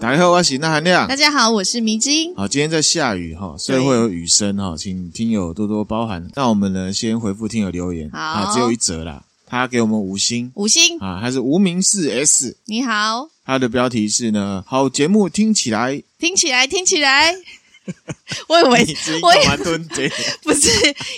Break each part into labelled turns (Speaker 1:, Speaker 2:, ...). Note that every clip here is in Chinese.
Speaker 1: 大家好，我是那含亮
Speaker 2: 大。家好，我是迷津。
Speaker 1: 好，今天在下雨哈，所以
Speaker 2: 对
Speaker 1: 会有雨声哈，请听友多多包涵。那我们呢，先回复听友留言
Speaker 2: 好
Speaker 1: 啊，只有一则啦，他给我们五星
Speaker 2: 五星，
Speaker 1: 啊，他是无名氏 S，
Speaker 2: 你好，
Speaker 1: 他的标题是呢，好节目听起来
Speaker 2: 听起来，听起 来，我以为
Speaker 1: 已经
Speaker 2: 我以
Speaker 1: 完蹲 点。
Speaker 2: 不是，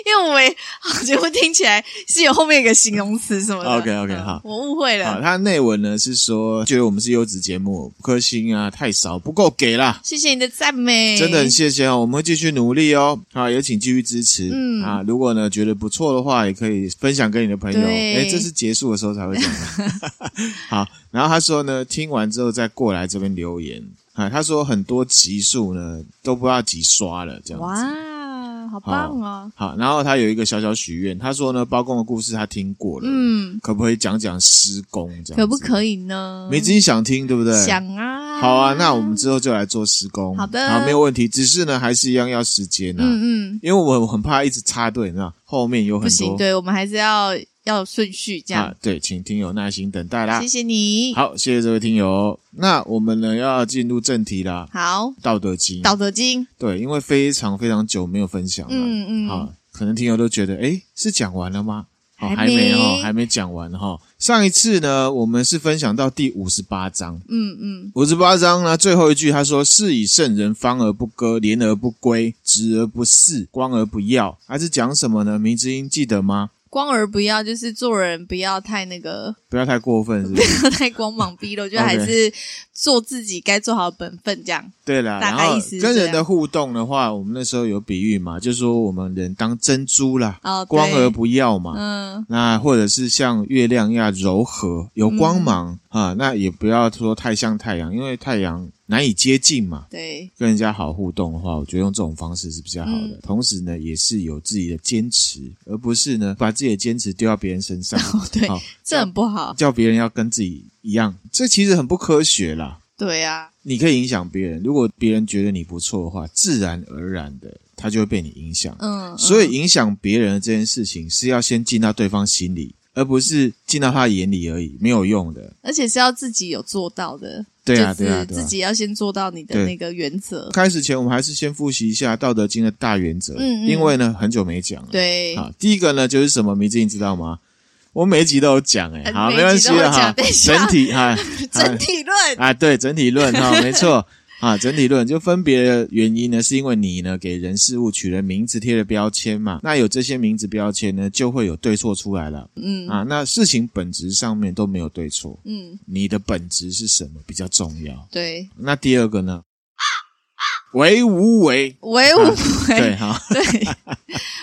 Speaker 2: 因为我以为好节目听起来是有后面一个形容词什么的。
Speaker 1: OK，OK，
Speaker 2: 嗯
Speaker 1: 好
Speaker 2: 我误会
Speaker 1: 好，
Speaker 2: 了，
Speaker 1: 啊他的内文呢是说，觉得我们是优质节目，五颗星啊太少，不够给啦。
Speaker 2: 谢谢你的赞美，
Speaker 1: 真的很谢谢哦，我们会继续努力哦。好，也请继续支持。
Speaker 2: 嗯
Speaker 1: 啊，如果呢觉得不错的话，也可以分享给你的朋友。哎
Speaker 2: 对
Speaker 1: 诶，这是结束的时候才会讲的。 好，然后他说呢，听完之后再过来这边留言。啊，他说很多集数呢都不知道几刷了，这样子。
Speaker 2: 哇，好棒哦，
Speaker 1: 好，然后他有一个小小许愿，他说呢，包公的故事他听过了，
Speaker 2: 嗯，
Speaker 1: 可不可以讲讲施工这样子？
Speaker 2: 可不可以呢？
Speaker 1: 梅子你想听对不对？
Speaker 2: 想啊，
Speaker 1: 好啊，那我们之后就来做施工。
Speaker 2: 好的
Speaker 1: 好，没有问题。只是呢，还是一样要时间啊，
Speaker 2: 嗯嗯，
Speaker 1: 因为我很怕一直插队，你知道，后面有
Speaker 2: 不
Speaker 1: 很
Speaker 2: 行，
Speaker 1: 多
Speaker 2: 对我们还是要要有顺序这样
Speaker 1: 啊。。对，请听友耐心等待啦
Speaker 2: 谢。谢你，
Speaker 1: 好，谢谢这位听友哦。那我们呢要进入正题啦，
Speaker 2: 好，
Speaker 1: 《道德经》
Speaker 2: 道德经，
Speaker 1: 对，因为非常非常久没有分享了，
Speaker 2: 嗯嗯
Speaker 1: 好，可能听友都觉得，诶，是讲完了吗？哦，
Speaker 2: 还
Speaker 1: 还没哦，
Speaker 2: 没
Speaker 1: 还没讲完哈、哦。上一次呢，我们是分享到第五十八章，
Speaker 2: 嗯嗯，
Speaker 1: 五十八章呢，最后一句他说：“是以圣人方而不割，廉而不归，直而不恃，光而不耀。”还是讲什么呢？明之音记得吗？
Speaker 2: 光而不要，就是做人不要太那个，
Speaker 1: 不要太过分，是不是？
Speaker 2: 不要太光芒毕露，就
Speaker 1: OK
Speaker 2: 还是做自己该做好的本分这样。
Speaker 1: 对啦，
Speaker 2: 大
Speaker 1: 然
Speaker 2: 概
Speaker 1: 后
Speaker 2: 意思是
Speaker 1: 跟
Speaker 2: 这
Speaker 1: 人
Speaker 2: 样
Speaker 1: 的互动的话，我们那时候有比喻嘛，就说我们人当珍珠啦，
Speaker 2: 哦对
Speaker 1: 光而不耀嘛。
Speaker 2: 嗯，
Speaker 1: 那或者是像月亮一样柔和有光芒、
Speaker 2: 嗯
Speaker 1: 啊，那也不要说太像太阳，因为太阳难以接近嘛。
Speaker 2: 对，
Speaker 1: 跟人家好互动的话，我觉得用这种方式是比较好
Speaker 2: 嗯
Speaker 1: 的。同时呢，也是有自己的坚持，而不是呢把自己的坚持丢到别人身上，
Speaker 2: 哦 对
Speaker 1: 好，
Speaker 2: 这很不好。
Speaker 1: 叫别人要跟自己一样，这其实很不科学啦。
Speaker 2: 对啊，
Speaker 1: 你可以影响别人，如果别人觉得你不错的话，自然而然的他就会被你影响。
Speaker 2: 嗯，
Speaker 1: 所以影响别人的这件事情是要先进到对方心里，而不是进到他眼里而已，没有用的。
Speaker 2: 而且是要自己有做到的，
Speaker 1: 对啊，
Speaker 2: 就
Speaker 1: 对啊，
Speaker 2: 是
Speaker 1: 对啊
Speaker 2: 自。己要先做到你的
Speaker 1: 对
Speaker 2: 那个原则。
Speaker 1: 开始前，我们还是先复习一下《道德经》的大原则，
Speaker 2: 嗯嗯
Speaker 1: 因为呢很久没讲了。
Speaker 2: 对，
Speaker 1: 好，第一个呢就是什么？迷之你知道吗？我每一集都有讲哎、
Speaker 2: 呃
Speaker 1: 好，
Speaker 2: 每一
Speaker 1: 没关系
Speaker 2: 集都有
Speaker 1: 了哈。
Speaker 2: 讲等一下
Speaker 1: 整体 哈， 哎
Speaker 2: 整体 论
Speaker 1: 啊，对，整体论哈，没错啊，整体论就分别的原因呢，是因为你呢给人事物取了名字，贴了标签嘛。那有这些名字标签呢，就会有对错出来了。嗯啊，那事情本质上面都没有对错，
Speaker 2: 嗯，
Speaker 1: 你的本质是什么比较重要？
Speaker 2: 对，
Speaker 1: 那第二个 呢？为无为，
Speaker 2: 为无
Speaker 1: 对
Speaker 2: 为，
Speaker 1: 哈。
Speaker 2: 对，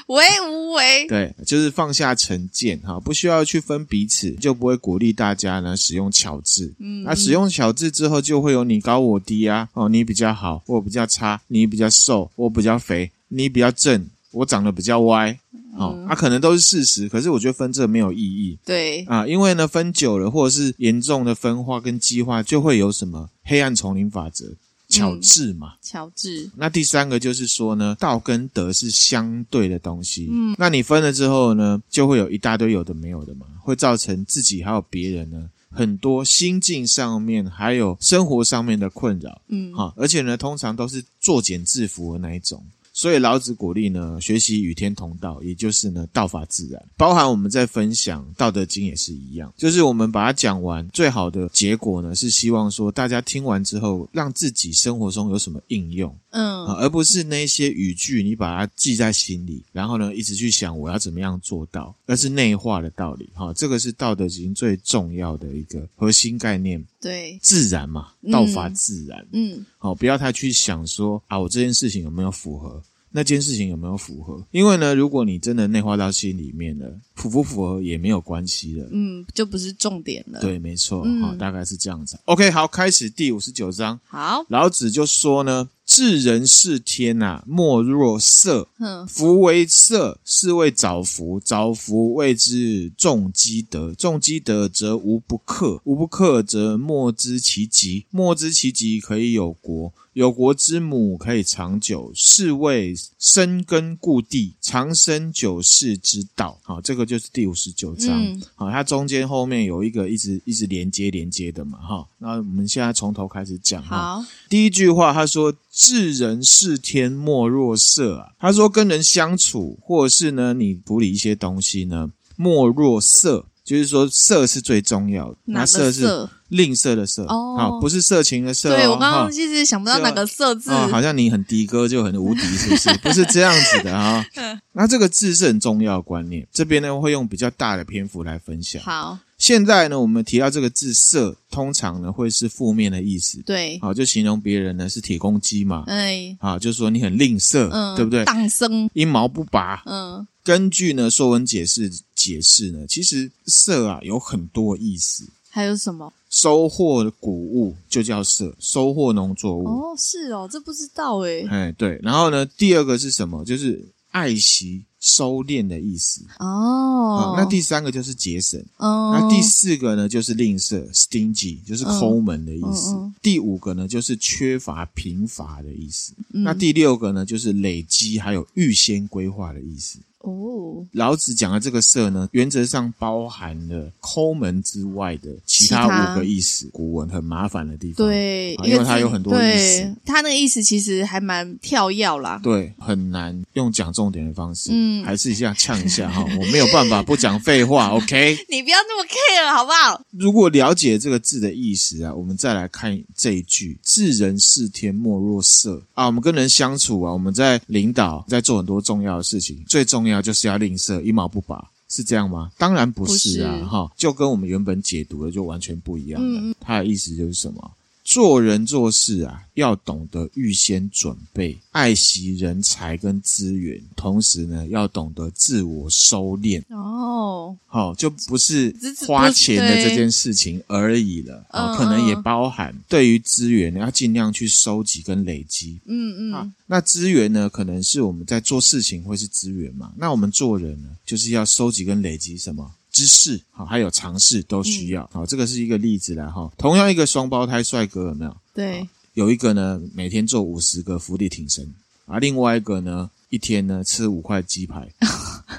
Speaker 2: 为无 为，
Speaker 1: 对，就是放下成见哈，不需要去分彼此，就不会鼓励大家呢使用巧智。嗯，那、使用巧智之后，就会有你高我低啊，哦，你比较好，我比较差，你比较瘦，我比较肥，你比较正，我长得比较歪。哦，啊，可能都是事实，可是我觉得分这没有意义
Speaker 2: 对，
Speaker 1: 啊，因为呢，分久了或者是严重的分化跟激化，就会有什么黑暗丛林法则、巧
Speaker 2: 嗯
Speaker 1: 智嘛。
Speaker 2: 乔治，
Speaker 1: 那第三个就是说呢，道跟德是相对的东西。嗯，那你分了之后呢，就会有一大堆有的没有的嘛，会造成自己还有别人呢很多心境上面还有生活上面的困扰。
Speaker 2: 嗯，
Speaker 1: 哈，而且呢，通常都是作茧自缚的那一种。所以老子鼓励呢，学习与天同道，也就是呢，道法自然。包含我们在分享《道德经》也是一样，就是我们把它讲完，最好的结果呢，是希望说大家听完之后，让自己生活中有什么应用。啊，
Speaker 2: 嗯，
Speaker 1: 而不是那些语句，你把它记在心里，然后呢，一直去想我要怎么样做到，而是内化的道理。哈、这个是《道德经》最重要的一个核心概念，
Speaker 2: 对，
Speaker 1: 自然嘛，
Speaker 2: 嗯
Speaker 1: 道法自然。
Speaker 2: 嗯，
Speaker 1: 好、不要太去想说啊，我这件事情有没有符合。那件事情有没有符合？因为呢，如果你真的内化到心里面了，符不符合也没有关系了。
Speaker 2: 嗯，就不是重点了。，
Speaker 1: 对，没错，
Speaker 2: 嗯
Speaker 1: 好、大概是这样子。OK，好，开始第五十九章。
Speaker 2: 好，
Speaker 1: 老子就说呢：“治人是天呐、莫若色。
Speaker 2: 嗯，
Speaker 1: 夫为色，是谓早福。早福谓之重积德。重积德，则无不克；无不克，则莫知其极。莫知其极，可以有国；有国之母可以长久，是谓深根固地，长生久视之道。好，这个就是第五十九章。
Speaker 2: 嗯
Speaker 1: 好，它中间后面有一个一直一直连接连接的嘛，哈。那我们现在从头开始讲哈。
Speaker 2: 好，
Speaker 1: 第一句话他说：“治人是天，莫若色啊。”他说跟人相处，或者是呢你处理一些东西呢，莫若色，就是说色是最重要的。那
Speaker 2: 哪个
Speaker 1: 色是
Speaker 2: 色？
Speaker 1: 吝啬的色，
Speaker 2: 哦
Speaker 1: 好，不是色情的色、哦。
Speaker 2: 对我刚
Speaker 1: 哈
Speaker 2: 刚其实想不到
Speaker 1: 就
Speaker 2: 哪个色字。
Speaker 1: 哦，好像你很的哥就很无敌，是不是？ 不是这样子的啊、
Speaker 2: 嗯
Speaker 1: 那这个字是很重要的观念，这边呢会用比较大的篇幅来分享。
Speaker 2: 好，
Speaker 1: 现在呢，我们提到这个字“色”，通常呢会是负面的意思，
Speaker 2: 对，
Speaker 1: 好，就形容别人呢是铁公鸡嘛，
Speaker 2: 哎，
Speaker 1: 啊，就说你很吝啬，
Speaker 2: 嗯，
Speaker 1: 对不对？
Speaker 2: 荡生，
Speaker 1: 阴毛不拔。
Speaker 2: 嗯，
Speaker 1: 根据呢《说文解释》解释呢，其实“色”啊有很多意思，
Speaker 2: 还有什么？
Speaker 1: 收获谷物就叫“色”，收获农作物。
Speaker 2: 哦，是哦，这不知道哎。
Speaker 1: 哎，对。然后呢，第二个是什么？就是爱惜、收敛的意思。
Speaker 2: 哦
Speaker 1: 啊，，那第三个就是节省，
Speaker 2: 哦，
Speaker 1: 那第四个呢就是吝啬 （stingy），就是抠门的意思。
Speaker 2: 嗯嗯
Speaker 1: 第五个呢就是缺乏、贫乏的意思。
Speaker 2: 嗯
Speaker 1: 那第六个呢就是累积，还有预先规划的意思。
Speaker 2: 哦，
Speaker 1: 老子讲的这个“色”呢，原则上包含了抠门之外的其
Speaker 2: 其他
Speaker 1: 他五个意思。古文很麻烦的地方，
Speaker 2: 对，
Speaker 1: 啊
Speaker 2: 一个
Speaker 1: 因为它
Speaker 2: 字
Speaker 1: 有很多意思
Speaker 2: 对，它那个意思其实还蛮跳跃啦。
Speaker 1: 对，很难用讲重点的方式，
Speaker 2: 嗯
Speaker 1: 还是一下呛一下哈，我没有办法不讲废话，OK？
Speaker 2: 你不要那么 care 好不好？
Speaker 1: 如果了解这个字的意思啊，我们再来看这一句“治人是天，莫若色”啊。我们跟人相处啊，我们在领导，在做很多重要的事情，最重要就是要吝啬，一毛不拔。是这样吗？当然不是
Speaker 2: 不是
Speaker 1: 啊，哈，就跟我们原本解读的就完全不一样了。
Speaker 2: 嗯
Speaker 1: 它的意思就是什么？做人做事啊，要懂得预先准备，爱惜人才跟资源，同时呢，要懂得自我收敛，
Speaker 2: 哦，
Speaker 1: 好、就不是
Speaker 2: 只只
Speaker 1: 花钱的这件事情而已了，
Speaker 2: 嗯
Speaker 1: 哦，可能也
Speaker 2: 嗯
Speaker 1: 包含对于资源呢，要尽量去收集跟累积。
Speaker 2: 嗯嗯，
Speaker 1: 啊，那资源呢，可能是我们在做事情会是资源嘛，那我们做人呢，就是要收集跟累积什么？知识好，还有尝试都
Speaker 2: 嗯
Speaker 1: 需要哦好，这个是一个例子啦哈。同样一个双胞胎帅哥有没有？
Speaker 2: 对，
Speaker 1: 有一个呢每天做五十个伏地挺身，啊，另外一个呢一天呢吃五块鸡 排，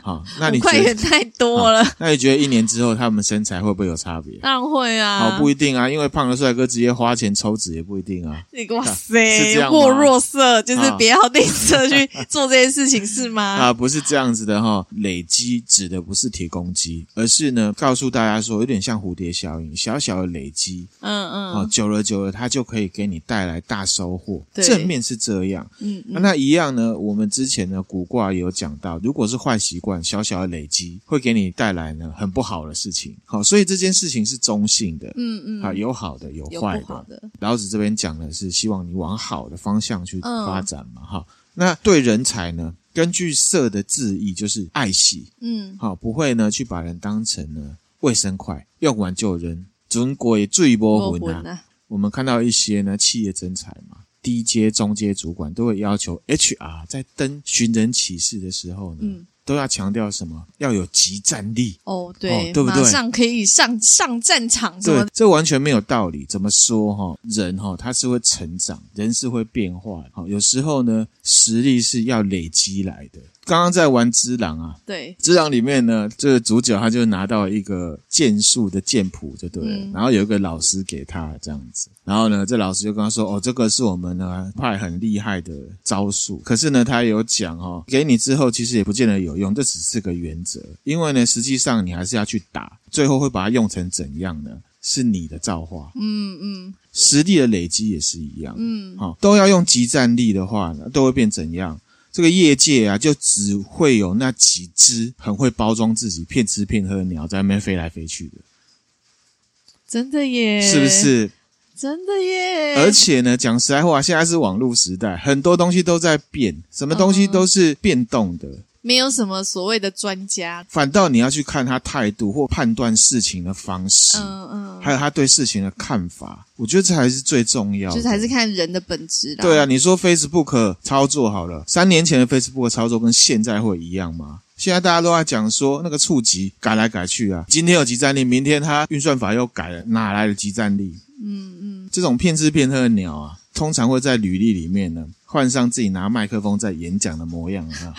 Speaker 1: 好，那你
Speaker 2: 五
Speaker 1: 觉
Speaker 2: 块
Speaker 1: 得啊
Speaker 2: 也太多了，
Speaker 1: 那你觉得一年之后他们身材会不会有差别？
Speaker 2: 当然会啊。
Speaker 1: 好，不一定啊，因为胖的帅哥直接花钱抽脂也不一定啊。
Speaker 2: 那个哇
Speaker 1: 是这
Speaker 2: 塞，
Speaker 1: 样吗
Speaker 2: 莫若色，就是
Speaker 1: 啊
Speaker 2: 不要吝啬去 做这件事情，是吗？
Speaker 1: 啊，不是这样子的哈、累积指的不是铁公鸡，而是呢，告诉大家说，有点像蝴蝶效应，小小的累积，
Speaker 2: 嗯嗯，
Speaker 1: 哦，久了久了，它就可以给你带来大收获。
Speaker 2: 对
Speaker 1: 正面是这样，啊
Speaker 2: 嗯嗯，
Speaker 1: 那一样呢？我们之前呢，古卦有讲到，如果是坏习惯，小小的累积会给你带来呢很不好的事情。好，所以这件事情是中性的，
Speaker 2: 嗯嗯，
Speaker 1: 啊，有好的，有
Speaker 2: 有
Speaker 1: 坏
Speaker 2: 不
Speaker 1: 的
Speaker 2: 好。的，
Speaker 1: 老子这边讲的是希望你往好的方向去发展嘛，哈、那对人才呢，根据“色”的字义就是爱惜，
Speaker 2: 嗯
Speaker 1: 好、不会呢去把人当成呢卫生块，用完就扔，中国也最波
Speaker 2: 多
Speaker 1: 魂啊。
Speaker 2: 啊，
Speaker 1: 我们看到一些呢企业征才嘛，低阶、中阶主管都会要求 HR 在登寻人启事的时候呢，
Speaker 2: 嗯
Speaker 1: 都要强调什么？要有即战力，
Speaker 2: 哦
Speaker 1: 哦
Speaker 2: 对，
Speaker 1: 对不对
Speaker 2: 马上可以上上战场什么
Speaker 1: 对
Speaker 2: 的，，
Speaker 1: 这完全没有道理。怎么说哈、人哈、他是会成长，人是会变化的。好、有时候呢，实力是要累积来的。刚刚在玩《只狼》啊，
Speaker 2: 对
Speaker 1: 《只狼》里面呢，这个主角他就拿到一个剑术的剑谱，就对了。
Speaker 2: 嗯
Speaker 1: 然后有一个老师给他这样子，然后呢，这老师就跟他说：“哦，这个是我们呢派很厉害的招数。”可是呢，他有讲哦，给你之后其实也不见得有用，这只是个原则，因为呢，实际上你还是要去打，最后会把它用成怎样呢？是你的造化，
Speaker 2: 嗯嗯
Speaker 1: 实力的累积也是一样。
Speaker 2: 嗯，
Speaker 1: 好、都要用集战力的话呢，都会变怎样？这个业界啊，就只会有那几只很会包装自己、骗吃骗喝的鸟在那边飞来飞去的，
Speaker 2: 真的耶，
Speaker 1: 是不？是？
Speaker 2: 真的耶，
Speaker 1: 而且呢，讲实在话，现在是网络时代，很多东西都在变，什么东西都是变动的。
Speaker 2: 没有什么所谓的专家，
Speaker 1: 反倒你要去看他态度或判断事情的方式，
Speaker 2: 嗯
Speaker 1: 还有他对事情的看法，我觉得这才是最重要
Speaker 2: 嗯，
Speaker 1: 的。
Speaker 2: 就是还是看人的本质啦。
Speaker 1: 对啊，，你说 Facebook 操作好了，三年前的 Facebook 操作跟现在会一样吗？现在大家都在讲说那个触及改来改去啊，今天有集战力，明天它运算法又改了，哪来的集战力？
Speaker 2: 嗯嗯，
Speaker 1: 这种骗吃骗喝的鸟啊，通常会在履历里面呢换上自己拿麦克风在演讲的模样啊，，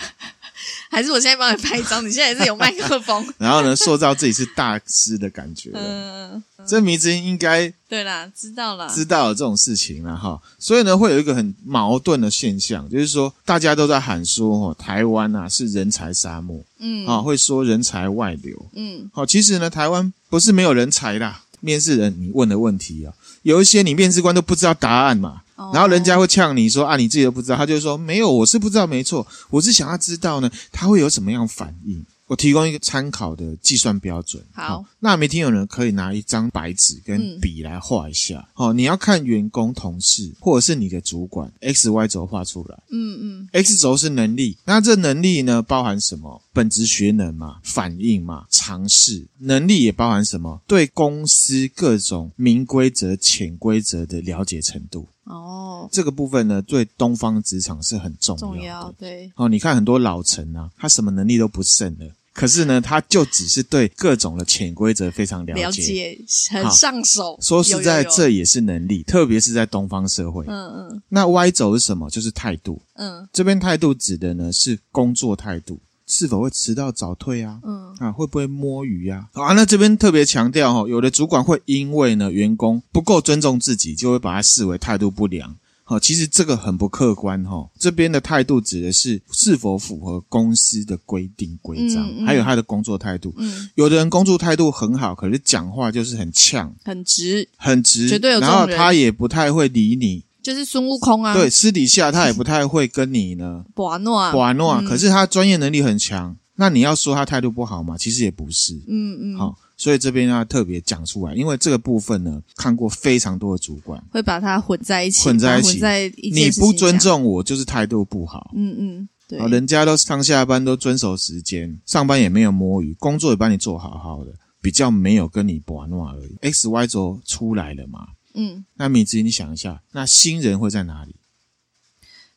Speaker 2: 还是我现在帮你拍一张？你现在也是有麦克风
Speaker 1: 然后呢塑造自己是大师的感觉。啊
Speaker 2: 嗯，
Speaker 1: 这迷之音应该
Speaker 2: 对啦，知道啦，
Speaker 1: 知道了这种事情了哈，所以呢，会有一个很矛盾的现象，就是说大家都在喊说哦，台湾啊是人才沙漠，
Speaker 2: 嗯
Speaker 1: 啊、会说人才外流，
Speaker 2: 嗯
Speaker 1: 好、其实呢，台湾不是没有人才啦，面试人你问的问题啊，有一些你面试官都不知道答案嘛，
Speaker 2: 哦
Speaker 1: 然后人家会呛你说啊，你自己都不知道，他就说没有，我是不知道，没错，我是想要知道呢，他会有什么样反应。我提供一个参考的计算标准。
Speaker 2: 好
Speaker 1: 那没听有人可以拿一张白纸跟
Speaker 2: 嗯
Speaker 1: 笔来画一下。好、你要看员工、同事或者是你的主管 x、y 轴画出来。
Speaker 2: 嗯嗯
Speaker 1: X 轴是能力，那这能力呢包含什么？本职学能嘛，反应嘛，尝试能力也包含什么？对公司各种明规则、潜规则的了解程度，
Speaker 2: 哦，
Speaker 1: 这个部分呢，对东方职场是很重要
Speaker 2: 重
Speaker 1: 的。
Speaker 2: 要对，
Speaker 1: 哦，你看很多老臣啊，他什么能力都不剩的，可是呢，他就只是对各种的潜规则非常了解。
Speaker 2: 了解很
Speaker 1: 好
Speaker 2: 上手。
Speaker 1: 说实
Speaker 2: 有
Speaker 1: 在，
Speaker 2: 有有
Speaker 1: 这也是能力，特别是在东方社会。
Speaker 2: 嗯嗯
Speaker 1: 那 Y 轴是什么？就是态度。
Speaker 2: 嗯
Speaker 1: 这边态度指的呢是工作态度，是否会迟到早退啊？
Speaker 2: 嗯
Speaker 1: 啊，会不会摸鱼啊？啊，那这边特别强调哈、哦，有的主管会因为呢员工不够尊重自己，就会把他视为态度不良。好、其实这个很不客观哈、哦。这边的态度指的是是否符合公司的规定规章，
Speaker 2: 嗯嗯
Speaker 1: 还有他的工作态度。
Speaker 2: 嗯，
Speaker 1: 有的人工作态度很好，可是讲话就是很呛、
Speaker 2: 很直，
Speaker 1: 很直，
Speaker 2: 绝对有这
Speaker 1: 然
Speaker 2: 种
Speaker 1: 后
Speaker 2: 人
Speaker 1: 他也不太会理你，
Speaker 2: 就是孙悟空啊，
Speaker 1: 对，，私底下他也不太会跟你呢
Speaker 2: 博诺啊，
Speaker 1: 瓦诺啊，
Speaker 2: 嗯
Speaker 1: 可是他专业能力很强，那你要说他态度不好嘛？其实也不是，
Speaker 2: 嗯嗯，
Speaker 1: 好、所以这边要特别讲出来，因为这个部分呢，看过非常多的主管，
Speaker 2: 会把它混在一起，
Speaker 1: 混在一
Speaker 2: 把它
Speaker 1: 起
Speaker 2: 混在一件
Speaker 1: 你
Speaker 2: 事
Speaker 1: 不
Speaker 2: 情
Speaker 1: 尊
Speaker 2: 讲，
Speaker 1: 重我就是态度不好。
Speaker 2: 嗯嗯，对，
Speaker 1: 啊，人家都上下班都遵守时间，上班也没有摸鱼，工作也帮你做好好的，比较没有跟你玩玩而已。X Y 轴出来了嘛？
Speaker 2: 嗯，
Speaker 1: 那米子，你想一下，那新人会在哪里？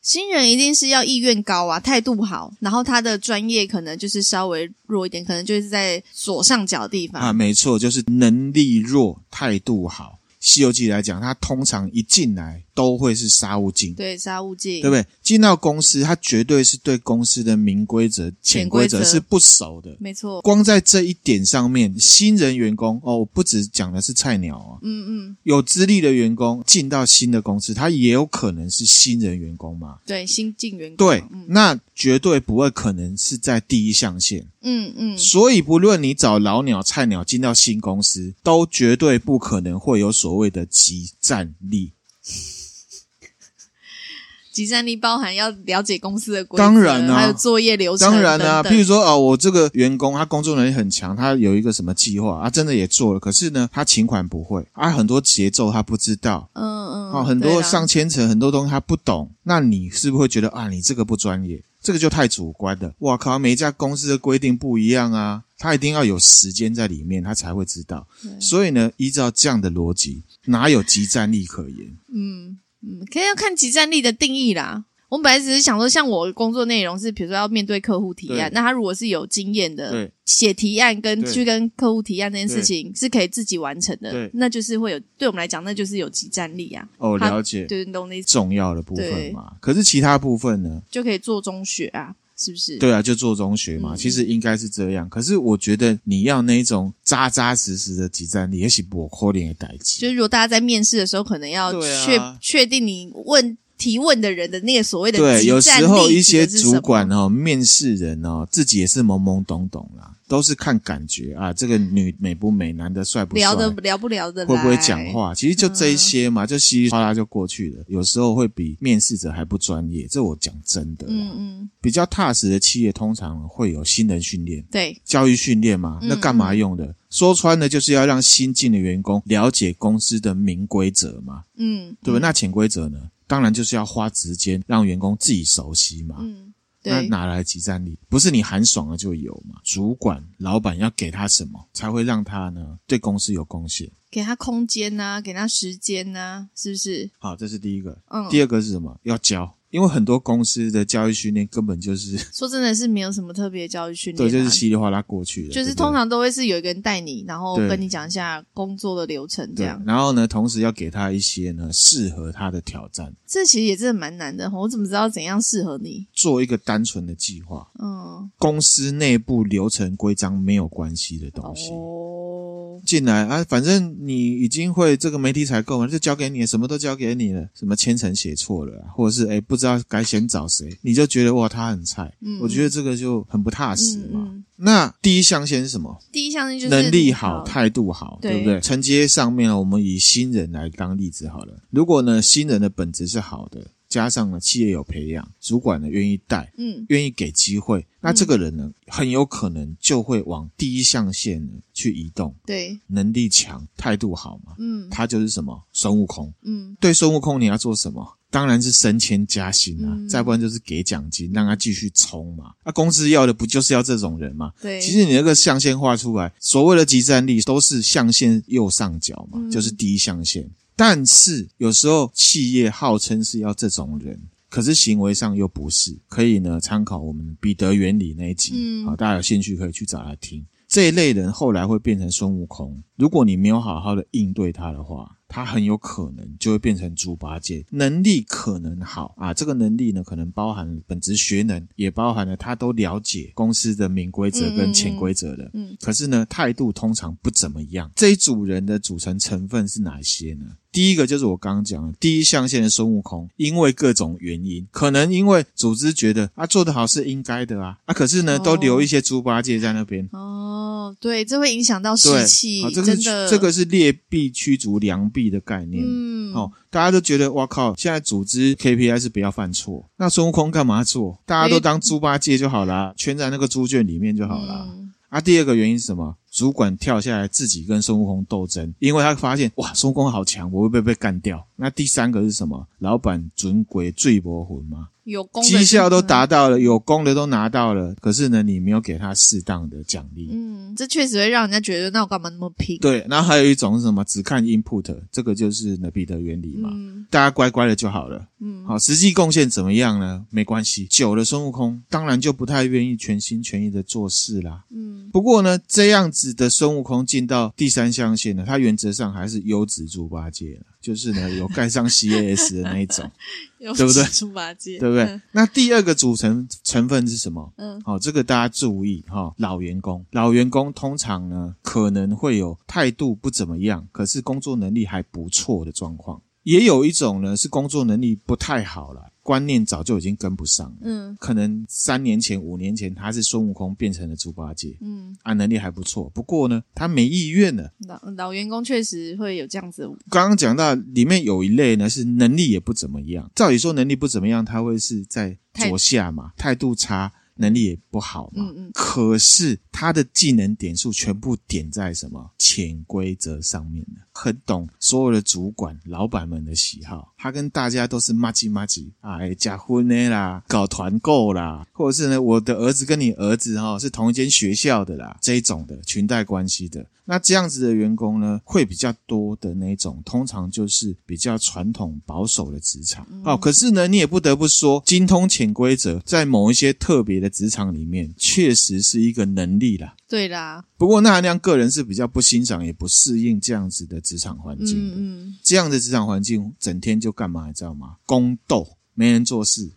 Speaker 2: 新人一定是要意愿高啊，态度好，然后他的专业可能就是稍微弱一点，可能就是在左上角的地方。
Speaker 1: 啊，没错，就是能力弱，态度好。《西游记》来讲，他通常一进来都会是杀无精，
Speaker 2: 对，杀物记，
Speaker 1: 对不对？进到公司，他绝对是对公司的明规则、潜规
Speaker 2: 潜
Speaker 1: 则
Speaker 2: 规则
Speaker 1: 是不熟的。
Speaker 2: 没错，
Speaker 1: 光在这一点上面，新人员工哦，我不只讲的是菜鸟啊，
Speaker 2: 嗯嗯，
Speaker 1: 有资历的员工进到新的公司，他也有可能是新人员工嘛？
Speaker 2: 对，新进员工，
Speaker 1: 对，
Speaker 2: 嗯
Speaker 1: 那绝对不会可能是在第一象限。
Speaker 2: 嗯嗯，
Speaker 1: 所以，不论你找老鸟、菜鸟进到新公司，都绝对不可能会有所谓的集战力。
Speaker 2: 集战力包含要了解公司的规则，
Speaker 1: 当然啊
Speaker 2: 还有作业流程，
Speaker 1: 当然啦、
Speaker 2: 等等
Speaker 1: 譬如说啊、我这个员工他工作能力很强，他有一个什么计划啊，真的也做了，可是呢，他请款不会啊，很多节奏他不知道。
Speaker 2: 嗯嗯，
Speaker 1: 啊，很
Speaker 2: 对
Speaker 1: 多
Speaker 2: 啦
Speaker 1: 上千层，很多东西他不懂，那你是不是会觉得啊，你这个不专业？这个就太主观了。哇靠，每一家公司的规定不一样啊，他一定要有时间在里面，他才会知道。所以呢，依照这样的逻辑，哪有集战力可言？
Speaker 2: 可以要看集战力的定义啦。我们本来只是想说，像我工作内容是，比如说要面对客户提案，
Speaker 1: 对
Speaker 2: 那他如果是有经验的
Speaker 1: 对，
Speaker 2: 写提案跟
Speaker 1: 对
Speaker 2: 去跟客户提案这件事情是可以自己完成的
Speaker 1: 对，
Speaker 2: 那就是会有对我们来讲，那就是有集战力啊。
Speaker 1: 哦，
Speaker 2: 他
Speaker 1: 了解
Speaker 2: 对，你懂的意思，
Speaker 1: 重要的部分嘛。可是其他部分呢？
Speaker 2: 就可以做中学啊，是不是？，
Speaker 1: 对啊，就做中学嘛，
Speaker 2: 嗯
Speaker 1: 其实应该是这样。可是我觉得你要那种扎扎实实的集战力，也许不可能的代
Speaker 2: 就
Speaker 1: 际。
Speaker 2: 是如果大家在面试的时候，可能要
Speaker 1: 对啊
Speaker 2: 确、确定你问提问的人的那个所谓的
Speaker 1: 对，
Speaker 2: 集
Speaker 1: 有
Speaker 2: 战
Speaker 1: 时候
Speaker 2: 力
Speaker 1: 一些
Speaker 2: 指的是什么
Speaker 1: 主管哦，面试人哦，自己也是懵懵懂懂啦，都是看感觉啊，这个女美不美，男的帅不帅，
Speaker 2: 聊嗯的聊不聊的，
Speaker 1: 会不会讲？话，其实就这一些嘛，就稀里哗啦就过去了。有时候会比面试者还不专业，这我讲真的啦。
Speaker 2: 嗯嗯，
Speaker 1: 比较踏实的企业通常会有新人训练。
Speaker 2: 对，
Speaker 1: 教育训练嘛，
Speaker 2: 嗯
Speaker 1: 那干嘛用的？说穿了就是要让新进的员工了解公司的明规则嘛，
Speaker 2: 嗯，
Speaker 1: 对不对？那潜规则呢？当然就是要花时间让员工自己熟悉嘛。
Speaker 2: 嗯，
Speaker 1: 那
Speaker 2: 对，
Speaker 1: 哪来集战力？不是你喊爽了就有嘛？主管、老板要给他什么，才会让他呢对公司有贡献？
Speaker 2: 给他啊空间呐、给他时间呐、是不是？
Speaker 1: 好，这是第一个。
Speaker 2: 嗯，
Speaker 1: 第二个是什么？要教，因为很多公司的教育训练根本就是
Speaker 2: 说真的是没有什么特别教育训练、
Speaker 1: 对，
Speaker 2: 啊，
Speaker 1: 就是稀里哗啦过去的，
Speaker 2: 就是
Speaker 1: 对不对
Speaker 2: 通常都会是有一个人带你，然后
Speaker 1: 对
Speaker 2: 跟你讲一下工作的流程这
Speaker 1: 对
Speaker 2: 样。。
Speaker 1: 然后呢，同时要给他一些呢适合他的挑战，
Speaker 2: 这其实也真的蛮难的吼，我怎么知道怎样适合你？
Speaker 1: 做一个单纯的计划。
Speaker 2: 嗯，
Speaker 1: 公司内部流程规章没有关系的东西。
Speaker 2: 哦，
Speaker 1: 进来啊，反正你已经会这个媒体采购嘛，就交给你，什么都交给你了。什么千层写错了啊、或者是哎不知道该先找谁，你就觉得哇他很菜。
Speaker 2: 嗯
Speaker 1: 我觉得这个就很不踏实
Speaker 2: 嗯
Speaker 1: 嘛。
Speaker 2: 嗯，
Speaker 1: 那第一象限是什么？
Speaker 2: 第一项就是
Speaker 1: 能力好，态度好，
Speaker 2: 对
Speaker 1: 对不对？承接上面呢，我们以新人来当例子好了。如果呢新人的本质是好的，加上呢企业有培养，主管呢愿意带，
Speaker 2: 嗯，
Speaker 1: 愿意给机会，那这个人呢，很有可能就会往第一象限呢去移动。
Speaker 2: 对，
Speaker 1: 能力强，态度好嘛，
Speaker 2: 嗯
Speaker 1: 他就是什么孙悟空。
Speaker 2: 嗯
Speaker 1: 对孙悟空，你要做什么？当然是升迁加薪啊，
Speaker 2: 嗯
Speaker 1: 再不然就是给奖金，让他继续冲嘛。那、公司要的不就是要这种人嘛？
Speaker 2: 对，
Speaker 1: 其实你那个象限画出来，所谓的集战力都是象限右上角嘛，
Speaker 2: 嗯
Speaker 1: 就是第一象限。但是有时候企业号称是要这种人，可是行为上又不是。可以呢，参考我们彼得原理那一集，啊
Speaker 2: 嗯
Speaker 1: 好，大家有兴趣可以去找来听。这一类人后来会变成孙悟空，如果你没有好好的应对他的话，他很有可能就会变成猪八戒。能力可能好啊，这个能力呢，可能包含本职学能，也包含了他都了解公司的明规则跟潜规则的。
Speaker 2: 嗯嗯嗯
Speaker 1: 可是呢，态度通常不怎么样。这一组人的组成成分是哪些呢？第一个就是我刚刚讲的第一象限的孙悟空，因为各种原因，可能因为组织觉得啊做得好是应该的啊，啊可是呢都
Speaker 2: 哦
Speaker 1: 留一些猪八戒在那边，
Speaker 2: 哦，对，这会影响到士
Speaker 1: 对，
Speaker 2: 气，
Speaker 1: 好这个
Speaker 2: 真
Speaker 1: 是
Speaker 2: 的，
Speaker 1: 这个是劣币驱逐良币的概念。
Speaker 2: 嗯，
Speaker 1: 哦，大家都觉得哇靠！现在组织 KPI 是不要犯错，那孙悟空干嘛做？大家都当猪八戒就好啦，圈在那个猪圈里面就好啦。
Speaker 2: 嗯
Speaker 1: 啊，第二个原因是什么？主管跳下来自己跟孙悟空斗争，因为他发现哇，孙悟空好强，我会不会被干掉？那第三个是什么？老板准鬼醉魔魂吗？
Speaker 2: 有功的
Speaker 1: 绩效
Speaker 2: 就
Speaker 1: 都
Speaker 2: 是
Speaker 1: 达到了，有功的都拿到了，可是呢，你没有给他适当的奖励。
Speaker 2: 嗯，这确实会让人家觉得，那我干嘛那么拼？
Speaker 1: 对，然后还有一种是什么？只看 input，这个就是呢彼得原理嘛。
Speaker 2: 嗯
Speaker 1: 大家乖乖的就好了，
Speaker 2: 嗯，
Speaker 1: 好，实际贡献怎么样呢？没关系。久了，孙悟空当然就不太愿意全心全意的做事啦。
Speaker 2: 嗯，
Speaker 1: 不过呢，这样子的孙悟空进到第三象限呢，他原则上还是优质猪八戒了，就是 呢有盖上 CAS 的那一种，
Speaker 2: 对
Speaker 1: 对不对
Speaker 2: 猪八 戒，
Speaker 1: 对不对
Speaker 2: 嗯？？
Speaker 1: 那第二个组成成分是什么？
Speaker 2: 嗯
Speaker 1: 好、这个大家注意哈、老员工，老员工通常呢可能会有态度不怎么样，可是工作能力还不错的状况。也有一种呢是工作能力不太好了，观念早就已经跟不上了。
Speaker 2: 嗯
Speaker 1: 可能三年前、五年前他是孙悟空变成了猪八戒
Speaker 2: 嗯，
Speaker 1: 啊，能力还不错，不过呢他没意愿了。
Speaker 2: 老老员工确实会有这样子，
Speaker 1: 刚刚讲到里面有一类呢是能力也不怎么样，照理说能力不怎么样，他会是在左下嘛，态度差，能力也不好嘛。
Speaker 2: 嗯嗯
Speaker 1: 可是他的技能点数全部点在什么潜规则上面呢？很懂所有的主管、老板们的喜好，他跟大家都是麻吉麻吉，哎，假婚的啦，搞团购啦，或者是呢，我的儿子跟你儿子哈、哦、是同一间学校的啦，这一种的裙带关系的。那这样子的员工呢，会比较多的那种，通常就是比较传统保守的职场、
Speaker 2: 嗯
Speaker 1: 哦。可是呢，你也不得不说，精通潜规则在某一些特别的职场里面，确实是一个能力啦。
Speaker 2: 对啦，
Speaker 1: 不过，那含量个人是比较不欣赏，也不适应这样子的职场环境的。
Speaker 2: 嗯嗯，
Speaker 1: 这样的职场环境，整天就干嘛，你知道吗？宫斗，没人做 事。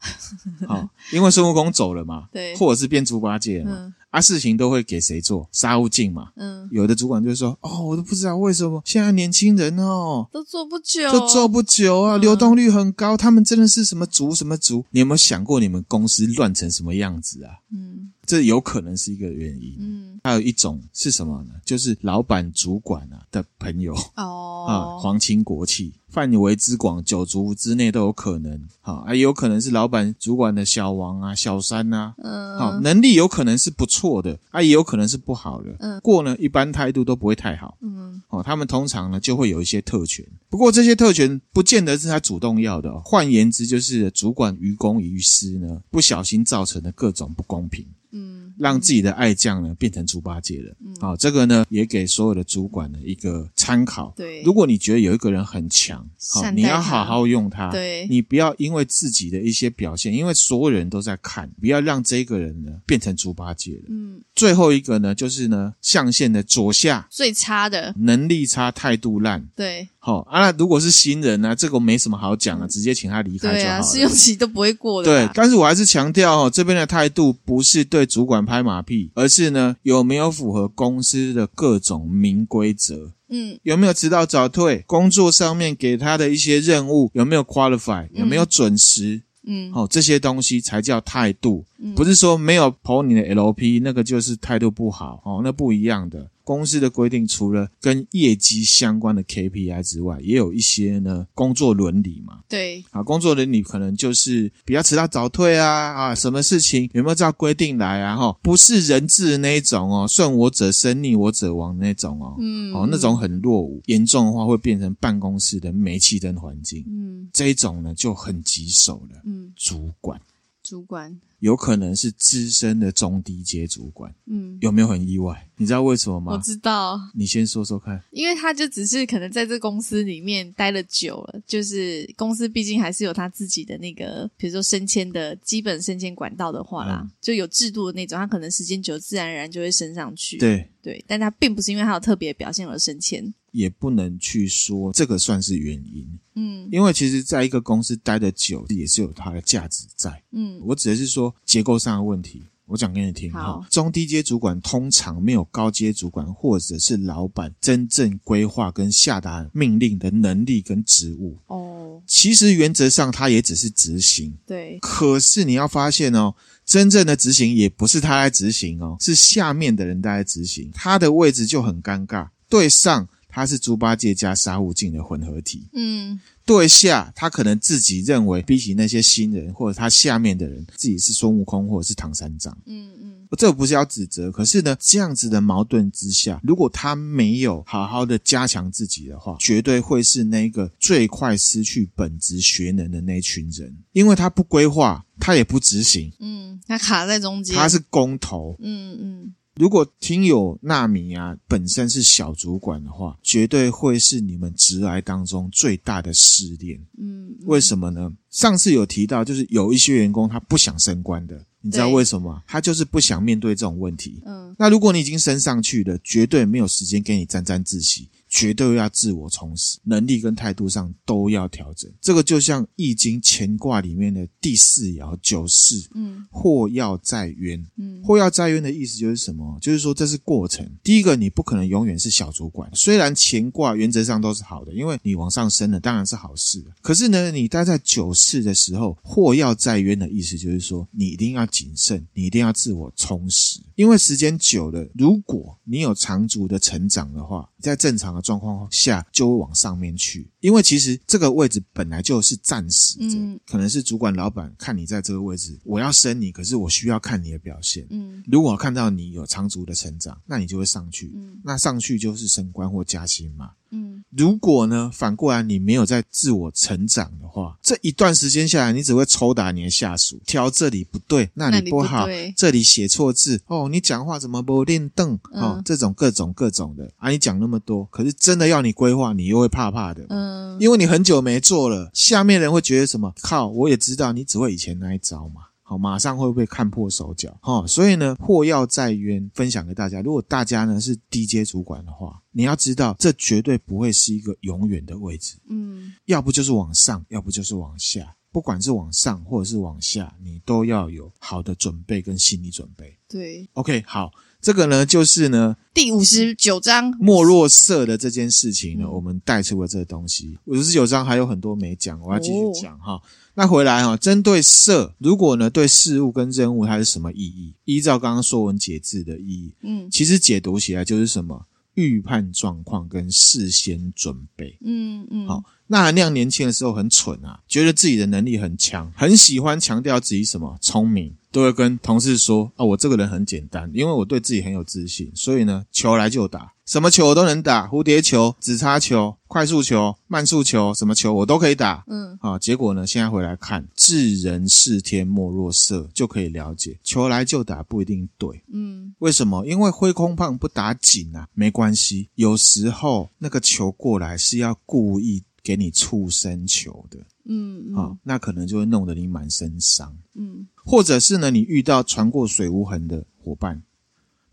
Speaker 1: 好、因为孙悟空走了嘛，
Speaker 2: 对
Speaker 1: 或者是变猪八戒了嘛，
Speaker 2: 嗯
Speaker 1: 啊，事情都会给谁做？沙悟净嘛。
Speaker 2: 嗯，
Speaker 1: 有的主管就会说：“哦，我都不知道为什么现在年轻人哦，
Speaker 2: 都做不久，
Speaker 1: 都做不久啊，
Speaker 2: 嗯
Speaker 1: 流动率很高，他们真的是什么族什么族？你有没有想过你们公司乱成什么样子啊？
Speaker 2: 嗯
Speaker 1: 这有可能是一个原因。
Speaker 2: 嗯，
Speaker 1: 还有一种是什么呢？就是老板、主管啊的朋友啊，
Speaker 2: 哦，
Speaker 1: 皇亲国戚，范围之广，九族之内都有可能。好啊，也有可能是老板、主管的小王啊、小三啊，好，
Speaker 2: 嗯
Speaker 1: 能力有可能是不错的，啊，也有可能是不好的。
Speaker 2: 嗯
Speaker 1: 嗯，过呢，一般态度都不会太好。
Speaker 2: 嗯
Speaker 1: 哦，他们通常呢就会有一些特权，不过这些特权不见得是他主动要的、哦。换言之，就是主管于公于私呢，不小心造成的各种不公平。
Speaker 2: 嗯，
Speaker 1: 让自己的爱将呢变成猪八戒了。好、这个呢也给所有的主管呢一个参考。
Speaker 2: 对
Speaker 1: 如果你觉得有一个人很强，好、
Speaker 2: 善
Speaker 1: 你
Speaker 2: 待
Speaker 1: 要
Speaker 2: 他
Speaker 1: 好好用他。
Speaker 2: 对
Speaker 1: 你不要因为自己的一些表现，因为所有人都在看，不要让这个人呢变成猪八戒了。
Speaker 2: 嗯，
Speaker 1: 最后一个呢，就是呢象限的左下
Speaker 2: 最差的，
Speaker 1: 能力差，态度烂。
Speaker 2: 对
Speaker 1: 好、啊，那如果是新人呢、这个没什么好讲了、啊直接请他离开
Speaker 2: 对
Speaker 1: 就好
Speaker 2: 啊，
Speaker 1: 了。
Speaker 2: 试用期都不会过的
Speaker 1: 对
Speaker 2: 啦，，
Speaker 1: 但是我还是强调哦，这边的态度不是对主管拍马屁，而是呢有没有符合公司的各种明规则，
Speaker 2: 嗯，
Speaker 1: 有没有迟到早退，工作上面给他的一些任务有没有 qualify，有没有准时，
Speaker 2: 嗯，
Speaker 1: 哦，这些东西才叫态度，不是说没有投你的 LP 那个就是态度不好哦，那不一样的。公司的规定除了跟业绩相关的 KPI 之外，也有一些呢工作伦理嘛。
Speaker 2: 对，
Speaker 1: 啊，工作伦理可能就是比较迟到早退啊，啊，什么事情有没有照规定来啊？哈，不是人治的那一种哦，顺我者生，逆我者亡那种哦，嗯，哦，那种很落伍，严重的话会变成办公室的煤气灯环境，
Speaker 2: 嗯
Speaker 1: 这一种呢就很棘手了。
Speaker 2: 嗯，
Speaker 1: 主管
Speaker 2: 主管，
Speaker 1: 有可能是资深的中低阶主管，
Speaker 2: 嗯，
Speaker 1: 有没有很意外？你知道为什么
Speaker 2: 我
Speaker 1: 吗？
Speaker 2: 知道，
Speaker 1: 你先说说看。
Speaker 2: 因为他就只是可能在这公司里面待了久了，就是公司毕竟还是有他自己的那个，比如说升迁的基本升迁管道的话啦，
Speaker 1: 嗯
Speaker 2: 就有制度的那种，他可能时间久，自然而然就会升上去。
Speaker 1: 对，
Speaker 2: 对，但他并不是因为他有特别表现而升迁。
Speaker 1: 也不能去说这个算是原因，
Speaker 2: 嗯
Speaker 1: 因为其实在一个公司待得久也是有它的价值在。
Speaker 2: 嗯
Speaker 1: 我只是说结构上的问题。我讲给你听
Speaker 2: 好
Speaker 1: 哈，中低阶主管通常没有高阶主管或者是老板真正规划跟下达命令的能力跟职务。
Speaker 2: 哦，
Speaker 1: 其实原则上他也只是执行，
Speaker 2: 对，
Speaker 1: 可是你要发现哦，真正的执行也不是他在执行哦，是下面的人在执行，他的位置就很尴尬。对上他是猪八戒加沙悟净的混合体，
Speaker 2: 嗯
Speaker 1: 对下他可能自己认为比起那些新人或者他下面的人，自己是孙悟空或者是唐三藏。
Speaker 2: 嗯嗯，
Speaker 1: 这不是要指责，可是呢，这样子的矛盾之下，如果他没有好好的加强自己的话，绝对会是那个最快失去本职学能的那群人，因为他不规划，他也不执行，
Speaker 2: 嗯，他卡在中间。
Speaker 1: 他是公投。
Speaker 2: 嗯嗯
Speaker 1: 如果听友纳米啊本身是小主管的话，绝对会是你们职涯当中最大的试炼。
Speaker 2: 嗯，
Speaker 1: 为什么呢？上次有提到，就是有一些员工他不想升官的，你知道
Speaker 2: 对
Speaker 1: 为什么吗？他就是不想面对这种问题。
Speaker 2: 嗯，
Speaker 1: 那如果你已经升上去了，绝对没有时间给你沾沾自喜，绝对要自我充实，能力跟态度上都要调整。这个就像《易经》乾卦里面的第四爻九四，
Speaker 2: 嗯，
Speaker 1: 祸要在渊，
Speaker 2: 嗯，
Speaker 1: 祸要在渊的意思就是什么？就是说这是过程。第一个，你不可能永远是小主管，虽然乾卦原则上都是好的，因为你往上升了，当然是好事。可是呢，你待在九四的时候，祸要在渊的意思就是说，你一定要谨慎，你一定要自我充实，因为时间久了，如果你有长足的成长的话，在正常的状况下就会往上面去。因为其实这个位置本来就是暂时的，
Speaker 2: 嗯
Speaker 1: 可能是主管、老板看你在这个位置，我要升你，可是我需要看你的表现。
Speaker 2: 嗯
Speaker 1: 如果看到你有长足的成长，那你就会上去。那上去就是升官或加薪嘛。
Speaker 2: 嗯
Speaker 1: 如果呢，反过来你没有在自我成长的话，这一段时间下来，你只会抽打你的下属，挑这里不对，那
Speaker 2: 那
Speaker 1: 里
Speaker 2: 里
Speaker 1: 不
Speaker 2: 不
Speaker 1: 好，
Speaker 2: 对
Speaker 1: 这里写错字哦，你讲话怎么不练凳哦，
Speaker 2: 嗯
Speaker 1: 这种各种各种的啊，你讲那么多，可是真的要你规划，你又会怕怕的。
Speaker 2: 嗯，
Speaker 1: 因为你很久没做了，下面人会觉得什么？靠，我也知道你只会以前那一招嘛。好，马上会被看破手脚哈、哦，所以呢，祸要在渊，分享给大家。如果大家呢是低阶主管的话，你要知道，这绝对不会是一个永远的位置，
Speaker 2: 嗯
Speaker 1: 要不就是往上，要不就是往下。不管是往上或者是往下，你都要有好的准备跟心理准备。
Speaker 2: 对，
Speaker 1: OK，好，这个呢就是呢
Speaker 2: 第五十九章，
Speaker 1: 没落色的这件事情呢，
Speaker 2: 嗯
Speaker 1: 我们带出了这个东西。五十九章还有很多没讲，我要继续讲哈、那回来哈、针对色，如果呢对事物跟任务它是什么意义？依照刚刚《说文解字》的意义，
Speaker 2: 嗯
Speaker 1: 其实解读起来就是什么预判状况跟事先准备。
Speaker 2: 嗯嗯，
Speaker 1: 好、那含量年轻的时候很蠢啊，觉得自己的能力很强，很喜欢强调自己什么聪明，都会跟同事说啊，我这个人很简单，因为我对自己很有自信，所以呢，球来就打，什么球我都能打，蝴蝶球、直插球、快速球、慢速球，什么球我都可以打。
Speaker 2: 嗯，
Speaker 1: 啊，结果呢，现在回来看，治人是天，莫若色，就可以了解，球来就打不一定对。
Speaker 2: 嗯，
Speaker 1: 为什么？因为挥空棒不打紧啊，没关系。有时候那个球过来是要故意给你触身球的
Speaker 2: 嗯，
Speaker 1: 啊、
Speaker 2: 嗯，
Speaker 1: 那可能就会弄得你满身伤。
Speaker 2: 嗯，
Speaker 1: 或者是呢，你遇到传过水无痕的伙伴，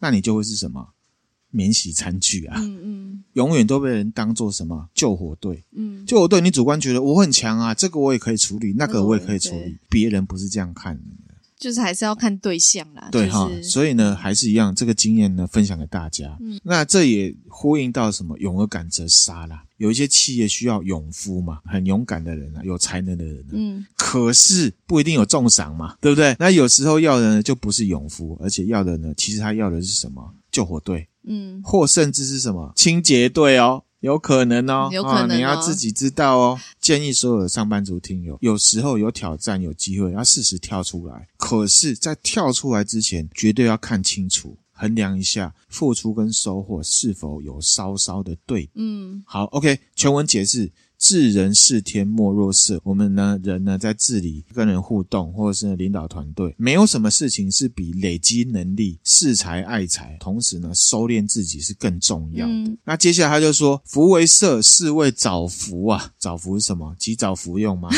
Speaker 1: 那你就会是什么免洗餐具啊，
Speaker 2: 嗯，嗯，
Speaker 1: 永远都被人当做什么救火队。
Speaker 2: 嗯，
Speaker 1: 就我对你主观觉得我很强啊，这个我也可以处理，那个我也可以处
Speaker 2: 对
Speaker 1: 理。别人不是这样看你的，
Speaker 2: 就是还是要看对象啦，
Speaker 1: 对哈、
Speaker 2: 就是，
Speaker 1: 所以呢，还是一样，这个经验呢，分享给大家。
Speaker 2: 嗯
Speaker 1: 那这也呼应到什么？勇而敢则杀啦。有一些企业需要勇夫嘛，很勇敢的人啊，有才能的人啊。
Speaker 2: 嗯，
Speaker 1: 可是不一定有重赏嘛，对不对？那有时候要的呢，就不是勇夫，而且要的呢，其实他要的是什么？救火队，
Speaker 2: 嗯，
Speaker 1: 或甚至是什么清洁队哦，有可能哦，
Speaker 2: 有可能哦
Speaker 1: 啊你要自己知道哦。建议所有的上班族听友，有时候有挑战、有机会，要适时跳出来。可是，在跳出来之前，绝对要看清楚，衡量一下付出跟收获是否有稍稍的对
Speaker 2: 嗯，
Speaker 1: 好，OK，全文解释：治人是天，莫若色。我们呢，人呢，在治理、跟人互动，或者是呢领导团队，没有什么事情是比累积能力、恃才爱才，同时呢，收敛自己是更重要的。
Speaker 2: 嗯
Speaker 1: 那接下来他就说：“福为色，是谓早服啊。早服是什么？及早服用 吗？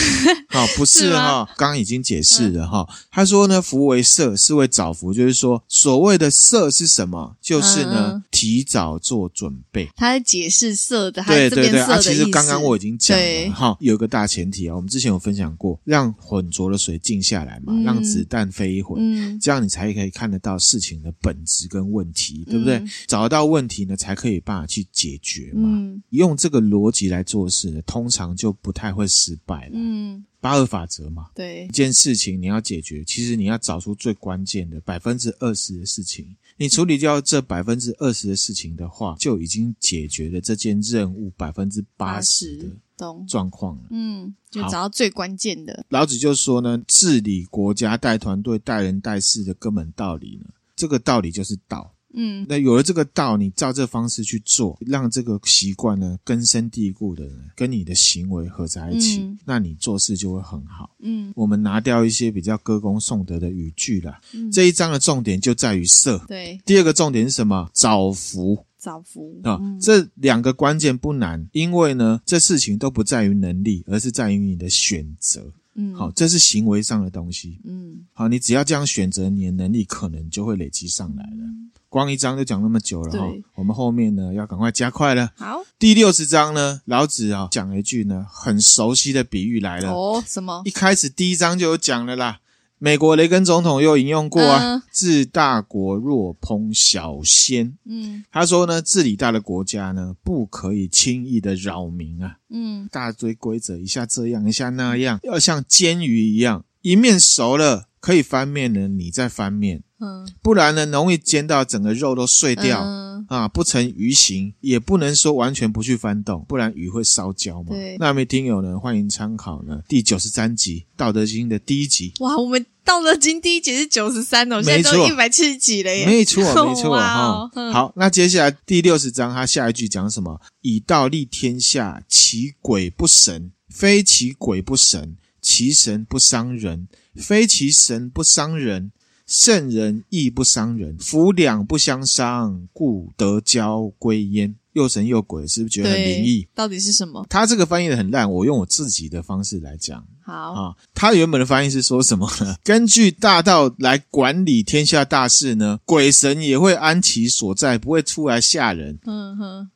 Speaker 1: 好、不
Speaker 2: 是
Speaker 1: 是
Speaker 2: 吗嗯
Speaker 1: 哈、刚刚已经解释了哈、他说呢，福为色，是谓早服，就是说所谓的色是什么？就是呢，
Speaker 2: 嗯嗯
Speaker 1: 提早做准备。
Speaker 2: 他在解释色的，他
Speaker 1: 对
Speaker 2: 这
Speaker 1: 对
Speaker 2: 边
Speaker 1: 对，
Speaker 2: 色
Speaker 1: 啊，
Speaker 2: 的
Speaker 1: 其实
Speaker 2: 意
Speaker 1: 刚
Speaker 2: 思
Speaker 1: 刚我已经讲
Speaker 2: 对
Speaker 1: 了哈，有一个大前提啊，我们之前有分享过，让浑浊的水静下来嘛，
Speaker 2: 嗯
Speaker 1: 让子弹飞一会儿。
Speaker 2: 嗯
Speaker 1: 这样你才可以看得到事情的本质跟问题，对不对？
Speaker 2: 嗯
Speaker 1: 找到问题呢，才可以办法去解决嘛。
Speaker 2: 嗯
Speaker 1: 用这个逻辑来做事呢，通常就不太会失败了。
Speaker 2: 嗯，
Speaker 1: 八二法则嘛，
Speaker 2: 对
Speaker 1: 一，件事情你要解决，其实你要找出最关键的百分之二十的事情。你处理掉这百分之二十的事情的话，就已经解决了这件任务百分之八十的
Speaker 2: 80懂，
Speaker 1: 状况了。
Speaker 2: 嗯，就
Speaker 1: 好
Speaker 2: 找到最关键的，
Speaker 1: 老子就说呢，治理国家、带团队、带人、带事的根本道理呢，这个道理就是道。
Speaker 2: 嗯
Speaker 1: 那有了这个道，你照这方式去做，让这个习惯呢根深蒂固的呢跟你的行为合在一起，
Speaker 2: 嗯
Speaker 1: 那你做事就会很好。
Speaker 2: 嗯
Speaker 1: 我们拿掉一些比较歌功颂德的语句啦。
Speaker 2: 嗯，
Speaker 1: 这一章的重点就在于色。
Speaker 2: 对
Speaker 1: 第二个重点是什么？早福
Speaker 2: 早嗯福
Speaker 1: 啊，这两个关键不难，因为呢，这事情都不在于能力，而是在于你的选择。
Speaker 2: 嗯
Speaker 1: 好，这是行为上的东西。
Speaker 2: 嗯
Speaker 1: 好，你只要这样选择，你的能力可能就会累积上来了。光一章就讲那么久了哈
Speaker 2: 嗯对，
Speaker 1: 我们后面呢要赶快加快了。
Speaker 2: 好
Speaker 1: 第六十章呢，老子啊、讲了一句呢很熟悉的比喻来了。
Speaker 2: 哦什么
Speaker 1: 一开始第一章就有讲了啦。美国雷根总统又引用过
Speaker 2: 嗯
Speaker 1: 啊，治大国若烹小鲜。
Speaker 2: 嗯
Speaker 1: 他说呢，治理大的国家呢，不可以轻易的扰民啊，
Speaker 2: 嗯
Speaker 1: 大堆规则，一下这样，一下那样，要像煎鱼一样，一面熟了可以翻面呢，你再翻面，
Speaker 2: 嗯
Speaker 1: 不然呢，容易煎到整个肉都碎掉、
Speaker 2: 嗯
Speaker 1: 啊，不成鱼形，也不能说完全不去翻动，不然鱼会烧焦嘛
Speaker 2: 对。
Speaker 1: 那位听友呢，欢迎参考呢第九十三集《道德经》的第一集。
Speaker 2: 哇，我们到了今第一节是九十三哦，现
Speaker 1: 没
Speaker 2: 在都
Speaker 1: 错
Speaker 2: 一百七十几了耶，
Speaker 1: 没错，没错
Speaker 2: 哎 哇
Speaker 1: 哈
Speaker 2: 哦、嗯
Speaker 1: 好，那接下来第六十章，他下一句讲什么？以道立天下，其鬼不神，非其鬼不神；其神不伤人，非其神不伤人。圣人亦不伤人，夫两不相伤，故得交归焉。又神又鬼，是不是觉得很灵异
Speaker 2: 对？，到底是什么？
Speaker 1: 他这个翻译的很烂，我用我自己的方式来讲。
Speaker 2: 好，
Speaker 1: 啊，他原本的翻译是说什么呢？根据大道来管理天下大事呢，鬼神也会安其所在，不会出来吓人。
Speaker 2: 嗯哼，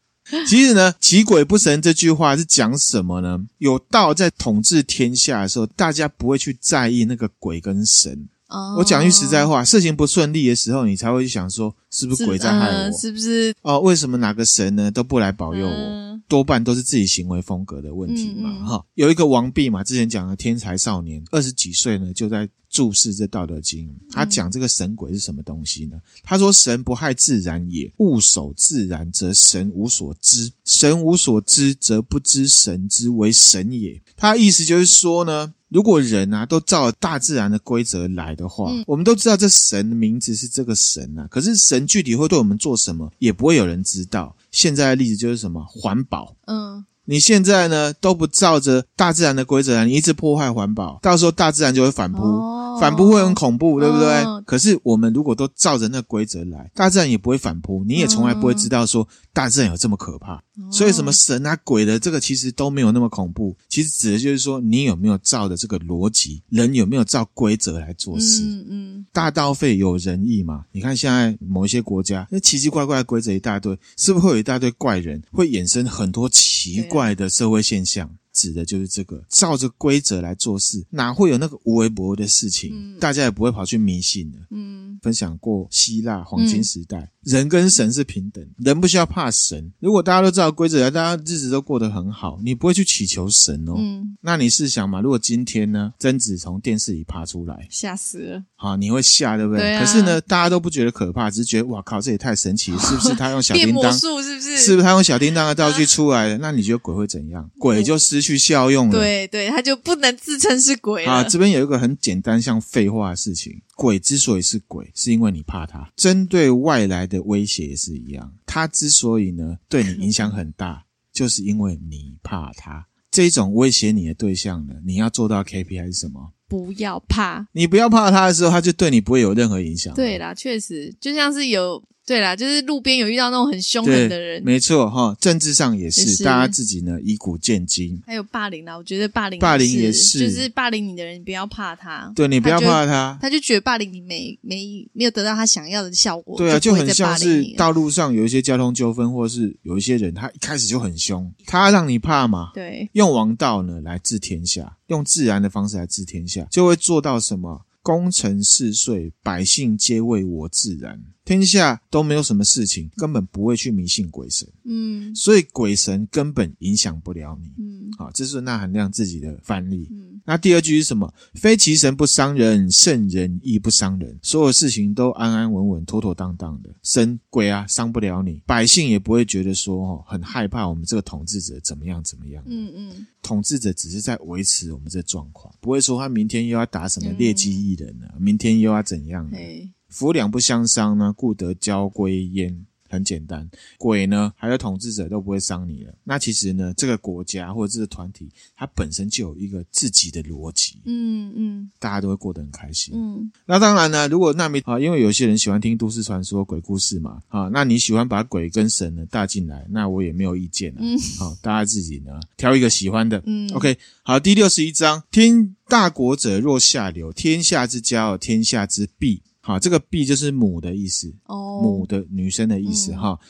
Speaker 1: 其实呢，“其鬼不神”这句话是讲什么呢？有道在统治天下的时候，大家不会去在意那个鬼跟神。
Speaker 2: 哦
Speaker 1: 我讲句实在话，事情不顺利的时候，你才会去想说，是不
Speaker 2: 是
Speaker 1: 是鬼在害我？
Speaker 2: 嗯是不是
Speaker 1: 哦，为什么哪个神呢都不来保佑我？
Speaker 2: 嗯
Speaker 1: 多半都是自己行为风格的问题嘛
Speaker 2: 嗯嗯
Speaker 1: 哈。有一个王弼嘛，之前讲的天才少年，二十几岁呢就在注释这《道德经》，他讲这个神鬼是什么东西呢？他说：“神不害自然也，勿守自然，则神无所知；神无所知，则不知神之为神也。”他意思就是说呢。如果人啊都照大自然的规则来的话，
Speaker 2: 嗯
Speaker 1: 我们都知道这神的名字是这个神啊，可是神具体会对我们做什么，也不会有人知道。现在的例子就是什么环保，
Speaker 2: 嗯，
Speaker 1: 你现在呢都不照着大自然的规则来，你一直破坏环保，到时候大自然就会反扑，
Speaker 2: 哦
Speaker 1: 反扑会很恐怖，对不对？
Speaker 2: 嗯
Speaker 1: 可是我们如果都照着那规则来，大自然也不会反扑，你也从来不
Speaker 2: 嗯
Speaker 1: 会知道说大自然有这么可怕。
Speaker 2: 哦
Speaker 1: 所以什么神啊鬼的这个其实都没有那么恐怖，其实指的就是说你有没有照着这个逻辑，人有没有照规则来做事。
Speaker 2: 嗯嗯，
Speaker 1: 大道废有仁义嘛？你看现在某一些国家，那奇奇怪怪的规则一大堆，是不是会有一大堆怪人，会衍生很多奇怪的社会现象？指的就是这个，照着规则来做事，哪会有那个无微不微的事情？大家也不会跑去迷信的。
Speaker 2: 嗯，
Speaker 1: 分享过希腊黄金时代，人跟神是平等，人不需要怕神。如果大家都照规则来，大家日子都过得很好，你不会去祈求神哦。
Speaker 2: 嗯
Speaker 1: 那你试想嘛，如果今天呢，贞子从电视里爬出来，
Speaker 2: 吓死了，
Speaker 1: 啊，你会吓，对不对？
Speaker 2: 对啊
Speaker 1: 可是呢，大家都不觉得可怕，只是觉得哇靠，这也太神 奇了，是不是？他用小
Speaker 2: 变
Speaker 1: 叮
Speaker 2: 魔
Speaker 1: 当，
Speaker 2: 术是不是？
Speaker 1: 是不是他用小叮当的道具出来的？那你觉得鬼会怎样？鬼就失去效用了。
Speaker 2: 对对，他就不能自称是鬼了。
Speaker 1: 啊，这边有一个很简单像废话的事情，鬼之所以是鬼，是因为你怕它。针对外来的威胁也是一样，它之所以呢对你影响很 大，就是因为你怕它。这种威胁你的对象呢，你要做到 KPI 是什么？
Speaker 2: 不要怕。
Speaker 1: 你不要怕它的时候，它就对你不会有任何影响。
Speaker 2: 对啦，确实就像是有对啦，就是路边有遇到那种很凶
Speaker 1: 对，
Speaker 2: 狠的人，
Speaker 1: 没错哈。政治上也是，
Speaker 2: 也是
Speaker 1: 大家自己呢以古鉴今，
Speaker 2: 还有霸凌啦。我觉得霸凌
Speaker 1: 霸凌也
Speaker 2: 是，
Speaker 1: 是
Speaker 2: 就是霸凌你的人，不要怕他。
Speaker 1: 对你不要
Speaker 2: 他就
Speaker 1: 怕他。
Speaker 2: 他就觉得霸凌你没没没有得到他想要的效果，
Speaker 1: 对啊，
Speaker 2: 就
Speaker 1: 就
Speaker 2: 不会
Speaker 1: 很
Speaker 2: 再
Speaker 1: 像
Speaker 2: 霸凌
Speaker 1: 是
Speaker 2: 你了。
Speaker 1: 道路上有一些交通纠纷，或是有一些人他一开始就很凶，他让你怕嘛。
Speaker 2: 对，
Speaker 1: 用王道呢来治天下，用自然的方式来治天下，就会做到什么？功成事遂，百姓皆为我自然，天下都没有什么事情，根本不会去迷信鬼神，
Speaker 2: 嗯
Speaker 1: 所以鬼神根本影响不了你。
Speaker 2: 嗯
Speaker 1: 好，这是那含量自己的翻译。
Speaker 2: 嗯
Speaker 1: 那第二句是什么？非其神不伤人，圣人亦不伤人。所有事情都安安稳稳、妥妥当当的。神鬼啊，伤不了你，百姓也不会觉得说哦很害怕我们这个统治者怎么样怎么样。
Speaker 2: 嗯嗯，
Speaker 1: 统治者只是在维持我们这状况，不会说他明天又要打什么劣迹艺人啊，明天又要怎样、啊。
Speaker 2: 对，
Speaker 1: 夫两不相伤呢，故得交归焉。很简单，鬼呢还有统治者都不会伤你了。那其实呢，这个国家或者这个团体，它本身就有一个自己的逻辑，
Speaker 2: 嗯嗯
Speaker 1: 大家都会过得很开心。
Speaker 2: 嗯
Speaker 1: 那当然呢，如果那没啊，因为有些人喜欢听都市传说、鬼故事嘛，啊，那你喜欢把鬼跟神呢带进来，那我也没有意见啊。
Speaker 2: 嗯
Speaker 1: 好、大家自己呢挑一个喜欢的。
Speaker 2: 嗯
Speaker 1: OK，好，第六十一章，天大国者若下流，天下之骄傲，天下之弊。好，这个弊就是母的意思，
Speaker 2: 哦，
Speaker 1: 母的女生的意思
Speaker 2: 嗯
Speaker 1: 哈。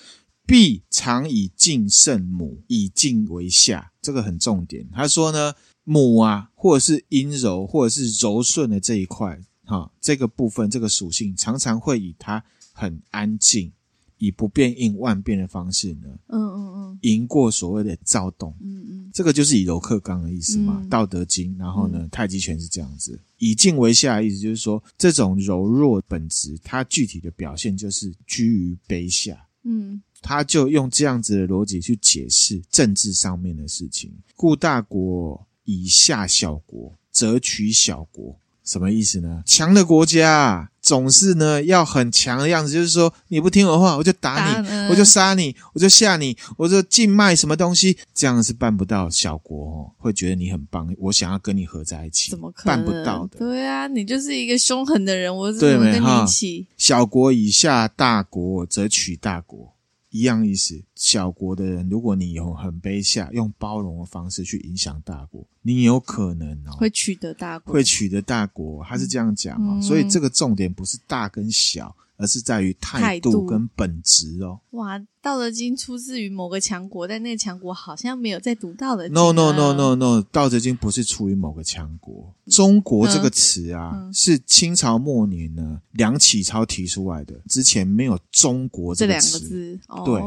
Speaker 1: 必常以敬圣母，以敬为下，这个很重点。他说呢，母啊，或者是阴柔，或者是柔顺的这一块，哈，这个部分这个属性，常常会以它很安静，以不变应万变的方式呢，
Speaker 2: 嗯嗯嗯
Speaker 1: 赢过所谓的躁动。
Speaker 2: 嗯嗯，
Speaker 1: 这个就是以柔克刚的意思嘛，
Speaker 2: 嗯
Speaker 1: 道德经》，然后呢，太极拳是这样子。以静为下的意思就是说，这种柔弱本质，它具体的表现就是居于卑下。
Speaker 2: 嗯
Speaker 1: 他就用这样子的逻辑去解释政治上面的事情。故大国以下小国，则取小国，什么意思呢？强的国家啊总是呢要很强的样子，就是说你不听我的话，我就打你，
Speaker 2: 打嗯
Speaker 1: 我就杀你，我就吓你，我就贱卖什么东西，这样是办不到。小国哦会觉得你很棒，我想要跟你合在一起，
Speaker 2: 怎么可
Speaker 1: 办
Speaker 2: 能
Speaker 1: 不到的？
Speaker 2: 对啊，你就是一个凶狠的人，我怎
Speaker 1: 对
Speaker 2: 么
Speaker 1: 没
Speaker 2: 跟你
Speaker 1: 哈
Speaker 2: 一起？
Speaker 1: 小国以下大国，则取大国，一样意思。小国的人，如果你有很卑下，用包容的方式去影响大国，你有可能哦
Speaker 2: 会取得大国，
Speaker 1: 会取得大国。他是这样讲哦，
Speaker 2: 嗯
Speaker 1: 所以这个重点不是大跟小，而是在于态
Speaker 2: 态
Speaker 1: 度
Speaker 2: 度
Speaker 1: 跟本质哦。
Speaker 2: 哇，《道德经》出自于某个强国，但那个强国好像没有在读《道德经、啊》。
Speaker 1: No no no no no，《道德经》不是出于某个强国。中国这个词啊，
Speaker 2: 嗯嗯
Speaker 1: 是清朝末年呢梁启超提出来的，之前没有中国
Speaker 2: 这
Speaker 1: 个
Speaker 2: 两个
Speaker 1: 词。
Speaker 2: 字，哦、
Speaker 1: 对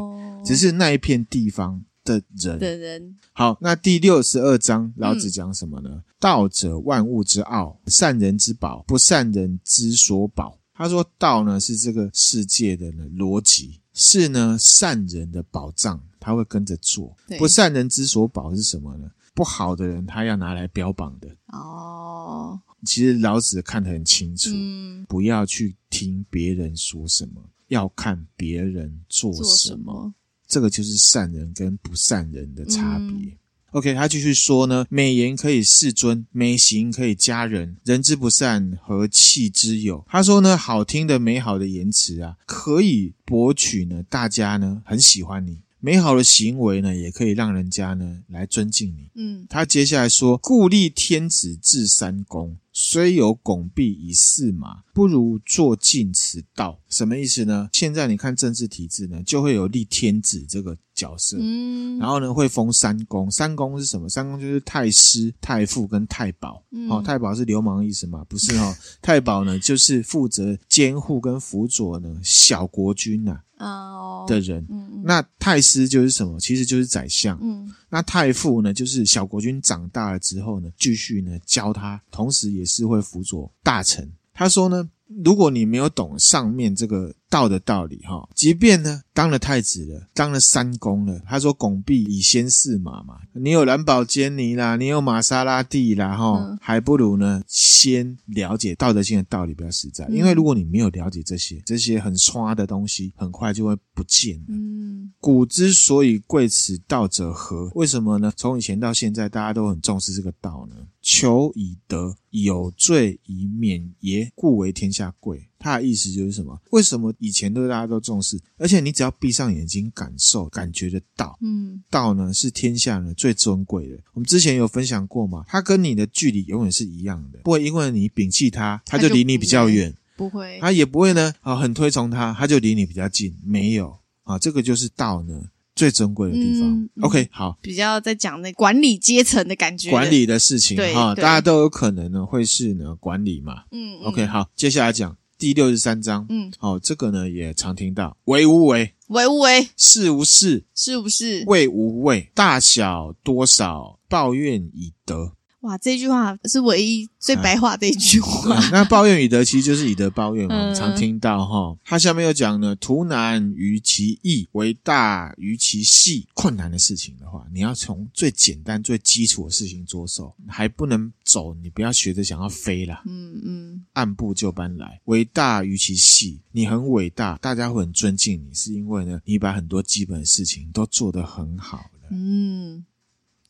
Speaker 1: 只是那一片地方的人。
Speaker 2: 的人，
Speaker 1: 好，那第六十二章老子讲什么呢？
Speaker 2: 嗯
Speaker 1: 道者，万物之奥，善人之宝，不善人之所宝。他说，道呢是这个世界的呢逻辑，是呢善人的保障，他会跟着做
Speaker 2: 对。
Speaker 1: 不善人之所宝是什么呢？不好的人，他要拿来标榜的。
Speaker 2: 哦，
Speaker 1: 其实老子看得很清楚，
Speaker 2: 嗯，
Speaker 1: 不要去听别人说什么，要看别人做
Speaker 2: 做
Speaker 1: 什
Speaker 2: 什
Speaker 1: 么。
Speaker 2: 么？
Speaker 1: 这个就是善人跟不善人的差别。
Speaker 2: 嗯
Speaker 1: OK，他继续说呢，美言可以世尊，美行可以加人，人之不善，何气之有？他说呢，好听的、美好的言辞啊，可以博取呢大家呢很喜欢你；美好的行为呢，也可以让人家呢来尊敬你。
Speaker 2: 嗯，
Speaker 1: 他接下来说：“故立天子治三公，虽有拱璧以驷马，不如坐尽此道。”什么意思呢？现在你看政治体制呢，就会有立天子这个角色，
Speaker 2: 嗯，
Speaker 1: 然后呢会封三公。三公是什么？三公就是太师、太傅跟太保。
Speaker 2: 嗯
Speaker 1: 哦，太保是流氓的意思吗？不是 哦，太保呢就是负责监护跟辅佐呢小国君呐、
Speaker 2: 哦，
Speaker 1: 的，人。
Speaker 2: 嗯嗯
Speaker 1: 那太师就是什么？其实就是宰相。
Speaker 2: 嗯
Speaker 1: 那太傅呢，就是小国君长大了之后呢，继续呢教他，同时也是会辅佐大臣。他说呢，如果你没有懂上面这个道的道理哈，即便呢当了太子了，当了三公了，他说拱璧以先驷马嘛，你有兰博基尼啦，你有玛莎拉蒂啦哈，
Speaker 2: 嗯
Speaker 1: 还不如呢先了解道德经的道理比较实在，
Speaker 2: 嗯
Speaker 1: 因为如果你没有了解这些，这些很刷的东西，很快就会不见了。
Speaker 2: 嗯
Speaker 1: 古之所以贵此道者何？为什么呢？从以前到现在，大家都很重视这个道呢。求以德，有罪以免也，故为天下贵。他的意思就是什么？为什么以前都大家都重视？而且你只要闭上眼睛感受、感觉得到，
Speaker 2: 嗯
Speaker 1: 道呢是天下呢最尊贵的。我们之前有分享过嘛，它跟你的距离永远是一样的，不会因为你摒弃它，它就离你比较远。
Speaker 2: 不会，
Speaker 1: 他也不会呢啊、很推崇他，他就离你比较近，没有啊，这个就是道呢最珍贵的地方。
Speaker 2: 嗯嗯
Speaker 1: OK，好，
Speaker 2: 比较在讲那管理阶层的感觉，
Speaker 1: 管，理的事情
Speaker 2: 对
Speaker 1: 哈，
Speaker 2: 对
Speaker 1: 大家都有可能呢会是呢管理嘛。
Speaker 2: 嗯
Speaker 1: OK，
Speaker 2: 嗯
Speaker 1: 好，接下来讲第六十三章，
Speaker 2: 嗯，
Speaker 1: 哦，这个呢也常听到，为无为，
Speaker 2: 为无为
Speaker 1: 是无事，
Speaker 2: 是不是？
Speaker 1: 为无畏，大小多少，抱怨以德。
Speaker 2: 哇，这句话是唯一最白话的一句话，
Speaker 1: 哎对嗯那抱怨以德，其实就是以德报怨嘛，
Speaker 2: 嗯
Speaker 1: 我们常听到哈。他下面又讲呢，图难于其易，为大于其细。困难的事情的话，你要从最简单、最基础的事情着手，还不能走，你不要学着想要飞啦，
Speaker 2: 嗯嗯
Speaker 1: 按部就班来。为大于其细，你很伟大，大家会很尊敬你，是因为呢，你把很多基本的事情都做得很好了。
Speaker 2: 嗯，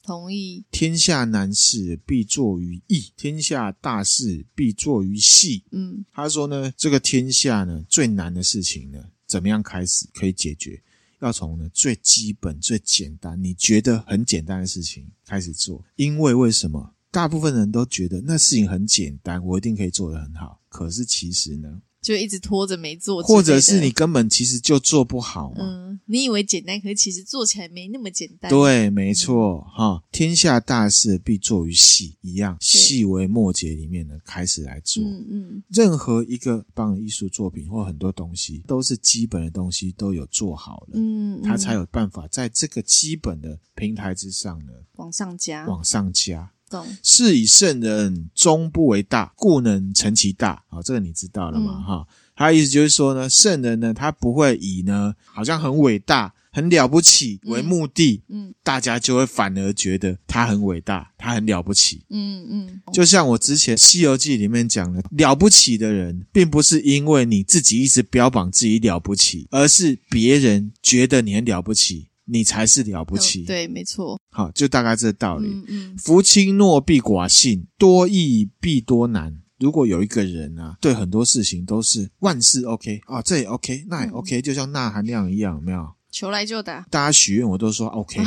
Speaker 2: 同意，
Speaker 1: 天下难事必作于易，天下大事必作于细。
Speaker 2: 嗯
Speaker 1: 他说呢，这个天下呢最难的事情呢，怎么样开始可以解决？要从呢最基本、最简单，你觉得很简单的事情开始做，因为为什么？大部分人都觉得那事情很简单，我一定可以做得很好。可是其实呢，
Speaker 2: 就一直拖着没做之类的，
Speaker 1: 或者是你根本其实就做不好嘛。
Speaker 2: 嗯，你以为简单，可是其实做起来没那么简单。，
Speaker 1: 对，啊没错，哈，天下大事必作于细，一样，细微末节里面呢开始来做。
Speaker 2: 嗯嗯
Speaker 1: 任何一个棒的艺术作品或很多东西，都是基本的东西都有做好了，
Speaker 2: 嗯，
Speaker 1: 它才
Speaker 2: 有
Speaker 1: 有办法在这个基本的平台之上呢
Speaker 2: 往上加，
Speaker 1: 往上加。
Speaker 2: 懂？
Speaker 1: 是以圣人终不为大，故能成其大。好、这个你知道了嘛？
Speaker 2: 嗯
Speaker 1: 哈、他的意思就是说呢，圣人呢，他不会以呢好像很伟大、很了不起为目的，
Speaker 2: 嗯
Speaker 1: 大家就会反而觉得他很伟大，他很了不起。
Speaker 2: 嗯嗯，
Speaker 1: 就像我之前《西游记》里面讲的，了不起的人，并不是因为你自己一直标榜自己了不起，而是别人觉得你很了不起，你才是了不起。
Speaker 2: 嗯，对，没错。
Speaker 1: 好，就大概这道理。
Speaker 2: 嗯嗯
Speaker 1: 夫轻诺必寡信，多易必多难。如果有一个人啊，对很多事情都是万事 OK 啊，这也 OK，那也
Speaker 2: 嗯
Speaker 1: OK，、就像钠含量一样，有没有？
Speaker 2: 求来就打，
Speaker 1: 大家许愿我都说 OK，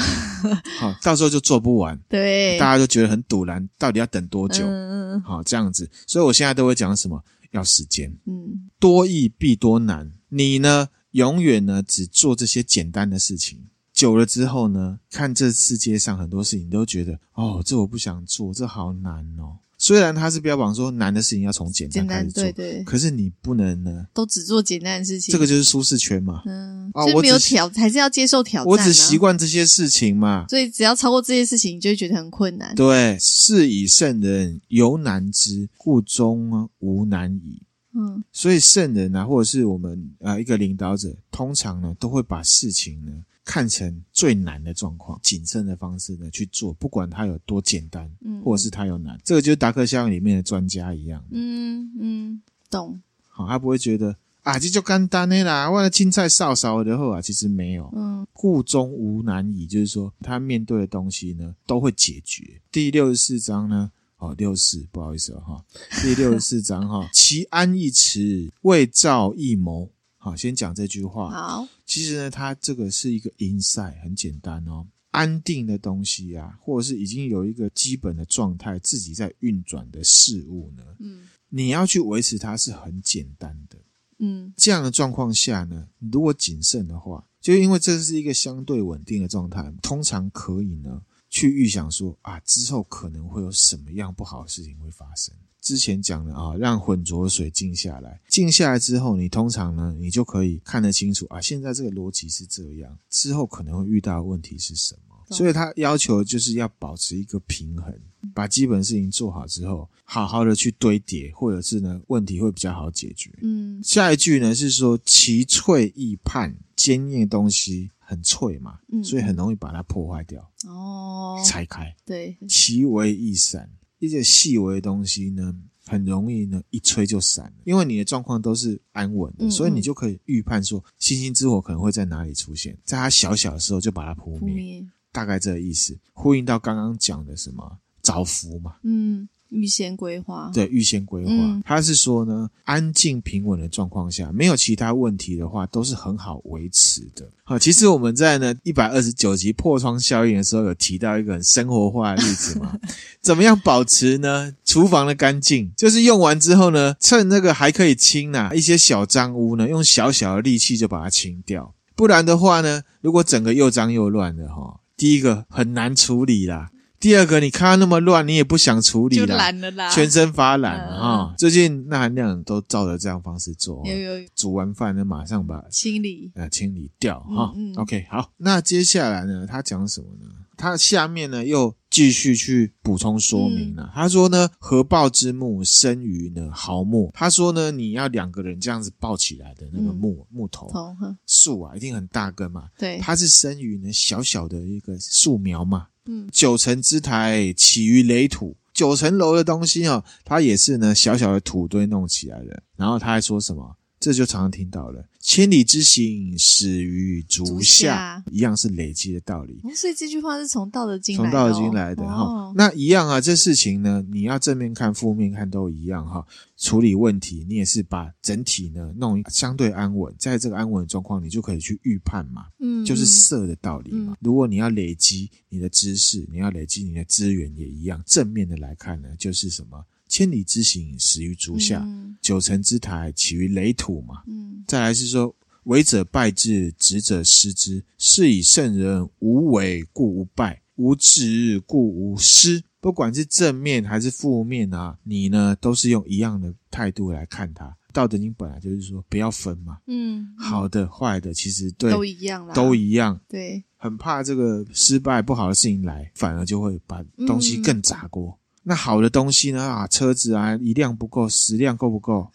Speaker 1: 好，到时候就做不完，
Speaker 2: 对，
Speaker 1: 大家就觉得很堵然，到底要等多久？
Speaker 2: 嗯嗯
Speaker 1: 好，这样子，所以我现在都会讲什么？要时间，
Speaker 2: 嗯，
Speaker 1: 多易必多难。你呢，永远呢只做这些简单的事情，久了之后呢，看这世界上很多事情，你都觉得哦，这我不想做，这好难哦。虽然它是标榜说难的事情要从简单
Speaker 2: 简
Speaker 1: 开
Speaker 2: 单
Speaker 1: 始做
Speaker 2: 对，对，
Speaker 1: 可是你不能呢，
Speaker 2: 都只做简单的事情。
Speaker 1: 这个就是舒适圈嘛。
Speaker 2: 嗯，
Speaker 1: 啊
Speaker 2: 就
Speaker 1: 我
Speaker 2: 没有
Speaker 1: 只
Speaker 2: 挑，还是要接受挑战、啊。
Speaker 1: 我只习惯这些事情嘛。
Speaker 2: 所以只要超过这些事情，你就会觉得很困难。
Speaker 1: 对，是以圣人犹难之，故终无难矣。
Speaker 2: 嗯
Speaker 1: 所以圣人啊，或者是我们呃一个领导者，通常呢都会把事情呢看成最难的状况，谨慎的方式呢去做，不管它有多简单，
Speaker 2: 嗯，
Speaker 1: 或者是它有难，这个就是达克效应里面的专家一样，
Speaker 2: 嗯嗯，懂。
Speaker 1: 好、他不会觉得啊这就简单的啦，我的青菜少少的后啊，其实没有，
Speaker 2: 嗯
Speaker 1: 故中无难矣，就是说他面对的东西呢都会解决。第六十四章呢，哦，六四，不好意思哦，哈，第六十四章哈， 其安易持，未兆易谋。好，先讲这句话。
Speaker 2: 好，
Speaker 1: 其实呢，它这个是一个 insight，很简单哦。安定的东西啊，或者是已经有一个基本的状态，自己在运转的事物呢，
Speaker 2: 嗯
Speaker 1: 你要去维持它是很简单的。
Speaker 2: 嗯
Speaker 1: 这样的状况下呢，如果谨慎的话，就因为这是一个相对稳定的状态，通常可以呢去预想说啊，之后可能会有什么样不好的事情会发生。之前讲了啊，让浑浊水静下来，静下来之后，你通常呢，你就可以看得清楚啊，现在这个逻辑是这样，之后可能会遇到的问题是什么。
Speaker 2: 懂
Speaker 1: 所以他要求就是要保持一个平衡，把基本事情做好之后，好好的去堆叠，或者是呢问题会比较好解决。
Speaker 2: 嗯
Speaker 1: 下一句呢是说其脆易判，坚硬的东西很脆嘛，
Speaker 2: 嗯
Speaker 1: 所以很容易把它破坏掉、
Speaker 2: 哦，
Speaker 1: 拆开。
Speaker 2: 对，
Speaker 1: 其为易散，一些细微的东西呢，很容易呢一吹就散了，因为你的状况都是安稳的，
Speaker 2: 嗯
Speaker 1: 所以你
Speaker 2: 嗯
Speaker 1: 就可以预判说星星之火可能会在哪里出现，在它小小的时候就把它扑
Speaker 2: 负
Speaker 1: 灭，
Speaker 2: 面，
Speaker 1: 大概这个意思，呼应到刚刚讲的什么着伏嘛。
Speaker 2: 嗯，预先规划，，
Speaker 1: 对，预先规划。
Speaker 2: 嗯
Speaker 1: 他是说呢，安静平稳的状况下，没有其他问题的话，都是很好维持的。好，其实我们在呢一百二十九集破窗效应的时候，有提到一个很生活化的例子 嘛，怎么样保持呢厨房的干净？就是用完之后呢，趁那个还可以清呐、一些小脏污呢，用小小的力气就把它清掉。不然的话呢，如果整个又脏又乱的哈，第一个很难处理啦。第二个，你看它那么乱，你也不想处理
Speaker 2: 就
Speaker 1: 啦，
Speaker 2: 懒了啦，
Speaker 1: 全身发懒
Speaker 2: 嗯
Speaker 1: 啊、哈最近那含量都照着这样方式做、哦，
Speaker 2: 有有
Speaker 1: 煮完饭呢马上把
Speaker 2: 清理，
Speaker 1: 呃清理掉哈、
Speaker 2: 嗯嗯
Speaker 1: OK，好，那接下来呢，他讲什么呢？他下面呢又继续去补充说明
Speaker 2: 嗯
Speaker 1: 了、他说呢，合抱之木生于呢毫木。他说呢，你要两个人这样子抱起来的那个
Speaker 2: 嗯
Speaker 1: 木、木头
Speaker 2: 同哼
Speaker 1: 树啊，一定很大根嘛。
Speaker 2: 对，
Speaker 1: 它是生于呢小小的一个树苗嘛，
Speaker 2: 嗯
Speaker 1: 九层之台起于垒土，九层楼的东西哦，它也是呢小小的土堆弄起来的。然后他还说什么？这就常常听到了，千里之行，始于足
Speaker 2: 足
Speaker 1: 下
Speaker 2: 下，
Speaker 1: 一样是累积的道理。
Speaker 2: 哦所以这句话是从《道德经》
Speaker 1: 从
Speaker 2: 来的哦
Speaker 1: 道德经来的哈、
Speaker 2: 哦
Speaker 1: 那一样啊，这事情呢，你要正面看、负面看都一样哈、处理问题，你也是把整体呢弄相对安稳，在这个安稳的状况，你就可以去预判嘛。
Speaker 2: 嗯，
Speaker 1: 就是
Speaker 2: 嗯
Speaker 1: 色的道理嘛。如果你要累积你的知识，你要累积你的资源，也一样。正面的来看呢，就是什么？千里之行，始于足下；
Speaker 2: 嗯
Speaker 1: 九城之台，起于垒土嘛。
Speaker 2: 嗯
Speaker 1: 再来是说，为者败之，执者失之。是以圣人无为故无败，无执故无失。不管是正面还是负面啊，你呢都是用一样的态度来看它。道德经本来就是说不要分嘛，
Speaker 2: 嗯，
Speaker 1: 好的坏的其实对
Speaker 2: 都一样啦，
Speaker 1: 都一样，
Speaker 2: 对，
Speaker 1: 很怕这个失败不好的事情来，反而就会把东西更砸锅。那好的东西呢啊，车子啊，一辆不够，十辆够不够？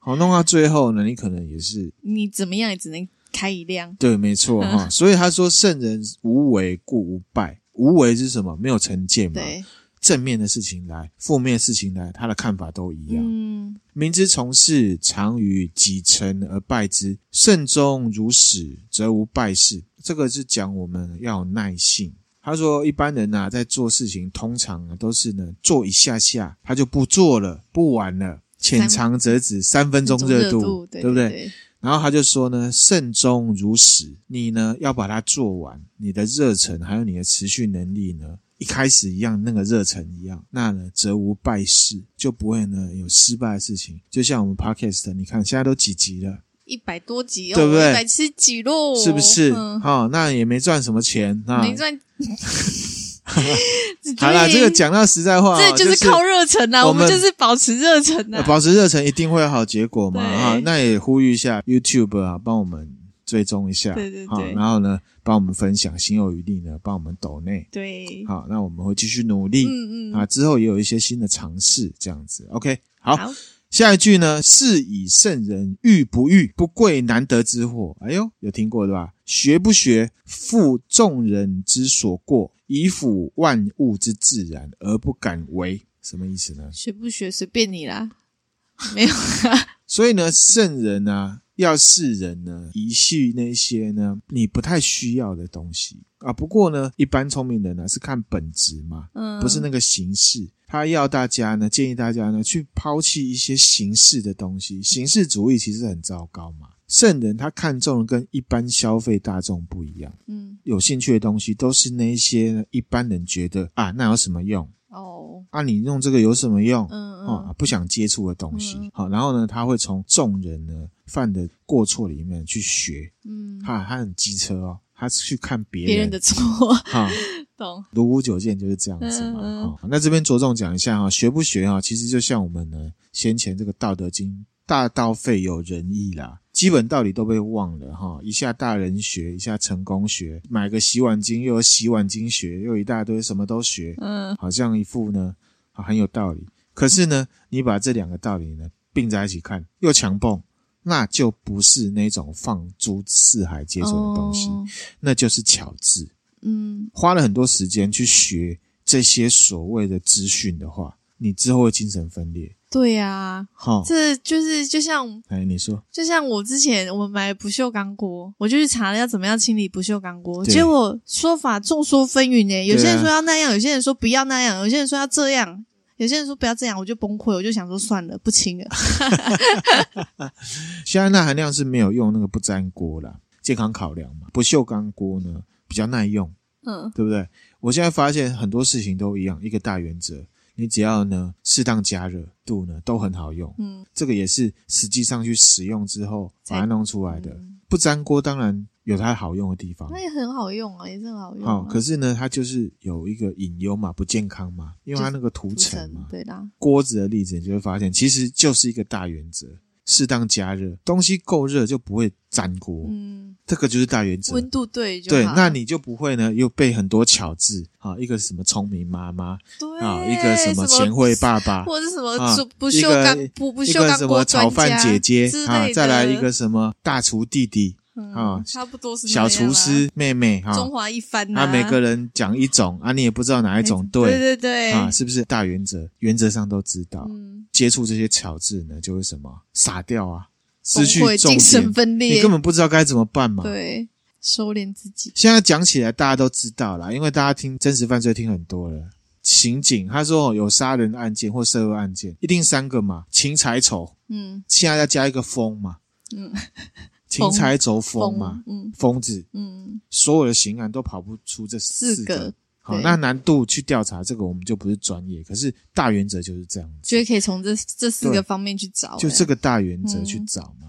Speaker 1: 好，弄到最后呢，你可能也是
Speaker 2: 你怎么样也只能开一辆，
Speaker 1: 对，没错哈。所以他说，圣人无为故无败。无为是什么？没有成见嘛。
Speaker 2: 对，
Speaker 1: 正面的事情来，负面的事情来，他的看法都一样。
Speaker 2: 嗯
Speaker 1: 明之从事，常于己成而败之。慎终如始，则无败事。这个是讲我们要有耐性。他说，一般人呐、在做事情，通常啊都是呢做一下下，他就不做了，不玩了。浅尝辄止，三分钟热
Speaker 2: 度，
Speaker 1: 度，
Speaker 2: 对
Speaker 1: 不
Speaker 2: 对
Speaker 1: 对？？然后他就说呢，慎终如始，你呢要把它做完，你的热忱还有你的持续能力呢，一开始一样那个热忱一样，那呢则无败事，就不会呢有失败的事情。就像我们 podcast，你看现在都几集了，
Speaker 2: 一百多集哦，
Speaker 1: 对不对
Speaker 2: 一百七十几喽，
Speaker 1: 是不是？
Speaker 2: 哦
Speaker 1: 哦
Speaker 2: 嗯，
Speaker 1: 好、那也没赚什么钱啊，
Speaker 2: 没赚
Speaker 1: 啊 好啦，
Speaker 2: 对
Speaker 1: 这个讲到实在话哦，
Speaker 2: 这就
Speaker 1: 就是
Speaker 2: 靠热忱呐、
Speaker 1: 我
Speaker 2: 我们
Speaker 1: 们
Speaker 2: 就是保持热忱啊呐、
Speaker 1: 呃保持热忱一定会有好结果嘛
Speaker 2: 对
Speaker 1: 啊！那也呼吁一下 YouTube 啊，帮我们追踪一下，
Speaker 2: 对对对
Speaker 1: 好，然后呢，帮我们分享，心有余力呢，帮我们抖内，
Speaker 2: 对，
Speaker 1: 好，那我们会继续努力、
Speaker 2: 嗯嗯，
Speaker 1: 啊，之后也有一些新的尝试，这样子，OK，好。
Speaker 2: 好，
Speaker 1: 下一句呢，是以圣人欲不欲，不贵难得之货。哎呦，有听过对吧？学不学，负众人之所过，以辅万物之自然，而不敢为。什么意思呢？
Speaker 2: 学不学随便你啦，没有，
Speaker 1: 所以呢，圣人啊，要世人呢，遗弃那些呢你不太需要的东西啊。不过呢，一般聪明人呢、啊是看本质嘛，
Speaker 2: 嗯，
Speaker 1: 不是那个形式。他要大家呢，建议大家呢去抛弃一些形式的东西，形式主义其实很糟糕嘛。圣人他看重的跟一般消费大众不一样，
Speaker 2: 嗯，
Speaker 1: 有兴趣的东西都是那一些呢一般人觉得啊，那有什么用
Speaker 2: 哦，
Speaker 1: 啊？你弄这个有什么用？
Speaker 2: 嗯
Speaker 1: 哦
Speaker 2: 嗯，，
Speaker 1: 不想接触的东西
Speaker 2: 嗯。
Speaker 1: 好，然后呢，他会从众人呢犯的过错里面去学。
Speaker 2: 嗯，
Speaker 1: 他他很机车哦，他是去看别人
Speaker 2: 别人的错，
Speaker 1: 哈。
Speaker 2: 懂，
Speaker 1: 卢武九剑就是这样子嘛。
Speaker 2: 嗯嗯
Speaker 1: 哦那这边着重讲一下哈、学不学哈、其实就像我们呢先前这个《道德经》，大道废有仁义啦。基本道理都被忘了哈、一下大人学，一下成功学，买个洗碗巾又有洗碗巾学，又有一大堆什么都学，
Speaker 2: 嗯，
Speaker 1: 好像一副呢、啊很有道理。可是呢，你把这两个道理呢并在一起看，又强蹦，那就不是那种放诸四海皆准的东西，
Speaker 2: 哦
Speaker 1: 那就是巧智。
Speaker 2: 嗯，
Speaker 1: 花了很多时间去学这些所谓的资讯的话，你之后会精神分裂。
Speaker 2: 对呀、
Speaker 1: 好、
Speaker 2: 这就是就像
Speaker 1: 哎，你说
Speaker 2: 就像我之前我们买了不锈钢锅，我就去查了要怎么样清理不锈钢锅，
Speaker 1: 对
Speaker 2: 结果说法众说纷纭呢。有些人
Speaker 1: 对啊
Speaker 2: 说要那样，有些人说不要那样，有些人说要这样，有些人说不要这样，我就崩溃，我就想说算了，不清了。
Speaker 1: 硝氨钠含量是没有用那个不粘锅啦，健康考量嘛。不锈钢锅呢比较耐用，
Speaker 2: 嗯
Speaker 1: 对不对？我现在发现很多事情都一样，一个大原则，你只要呢适当加热度呢都很好用。
Speaker 2: 嗯，
Speaker 1: 这个也是实际上去使用之后
Speaker 2: 才
Speaker 1: 把它弄出来的。
Speaker 2: 嗯
Speaker 1: 不粘锅当然有它好用的地方，
Speaker 2: 那也很好用啊，也是很好用、啊。
Speaker 1: 好、可是呢，它就是有一个隐忧嘛，不健康嘛，因为它那个涂
Speaker 2: 不
Speaker 1: 层嘛。
Speaker 2: 对啦，
Speaker 1: 锅子的例子，你就会发现，其实就是一个大原则：适当加热，东西够热就不会粘锅，
Speaker 2: 嗯，
Speaker 1: 这个就是大原则。
Speaker 2: 温度对就
Speaker 1: 对，
Speaker 2: 好
Speaker 1: 那你就不会呢，又被很多巧字啊，一个什么聪明妈妈
Speaker 2: 对
Speaker 1: 啊，一个
Speaker 2: 什
Speaker 1: 么贤惠爸 爸，
Speaker 2: 或者什么
Speaker 1: 啊
Speaker 2: 不不
Speaker 1: 一
Speaker 2: 锈
Speaker 1: 个
Speaker 2: 钢不不
Speaker 1: 一
Speaker 2: 锈
Speaker 1: 个
Speaker 2: 钢
Speaker 1: 什
Speaker 2: 锅
Speaker 1: 么
Speaker 2: 专
Speaker 1: 炒饭
Speaker 2: 家
Speaker 1: 姐姐
Speaker 2: 之
Speaker 1: 啊
Speaker 2: 类，
Speaker 1: 再来一
Speaker 2: 的
Speaker 1: 个什么大厨弟弟、啊
Speaker 2: 嗯，差不多是那
Speaker 1: 小厨
Speaker 2: 样啦
Speaker 1: 师妹妹哈，
Speaker 2: 中华一番呐、
Speaker 1: 啊，每个人讲一种啊，你也不知道哪一种
Speaker 2: 哎对对对，
Speaker 1: 啊，是不是大原则？原则上都知道，
Speaker 2: 嗯，
Speaker 1: 接触这些巧字呢，就会什么傻掉啊，
Speaker 2: 崩
Speaker 1: 失去
Speaker 2: 溃，
Speaker 1: 重
Speaker 2: 精神
Speaker 1: 点，
Speaker 2: 分裂，
Speaker 1: 你根本不知道该怎么办嘛。
Speaker 2: 对收敛自己，
Speaker 1: 现在讲起来大家都知道啦，因为大家听真实犯罪听很多了。刑警他说、哦、有杀人案件或社会案件，一定三个嘛，情财丑，
Speaker 2: 嗯，
Speaker 1: 现在再加一个疯嘛，
Speaker 2: 嗯，
Speaker 1: 情财丑疯嘛，
Speaker 2: 嗯
Speaker 1: 疯子，
Speaker 2: 嗯，
Speaker 1: 所有的刑案都跑不出这
Speaker 2: 四
Speaker 1: 四
Speaker 2: 个
Speaker 1: 好，
Speaker 2: 对
Speaker 1: 那难度去调查这个我们就不是专业，可是大原则就是这样子，
Speaker 2: 觉得可以从这这四
Speaker 1: 对
Speaker 2: 个方面去找、
Speaker 1: 就这
Speaker 2: 个，
Speaker 1: 个大原则去找嘛。
Speaker 2: 嗯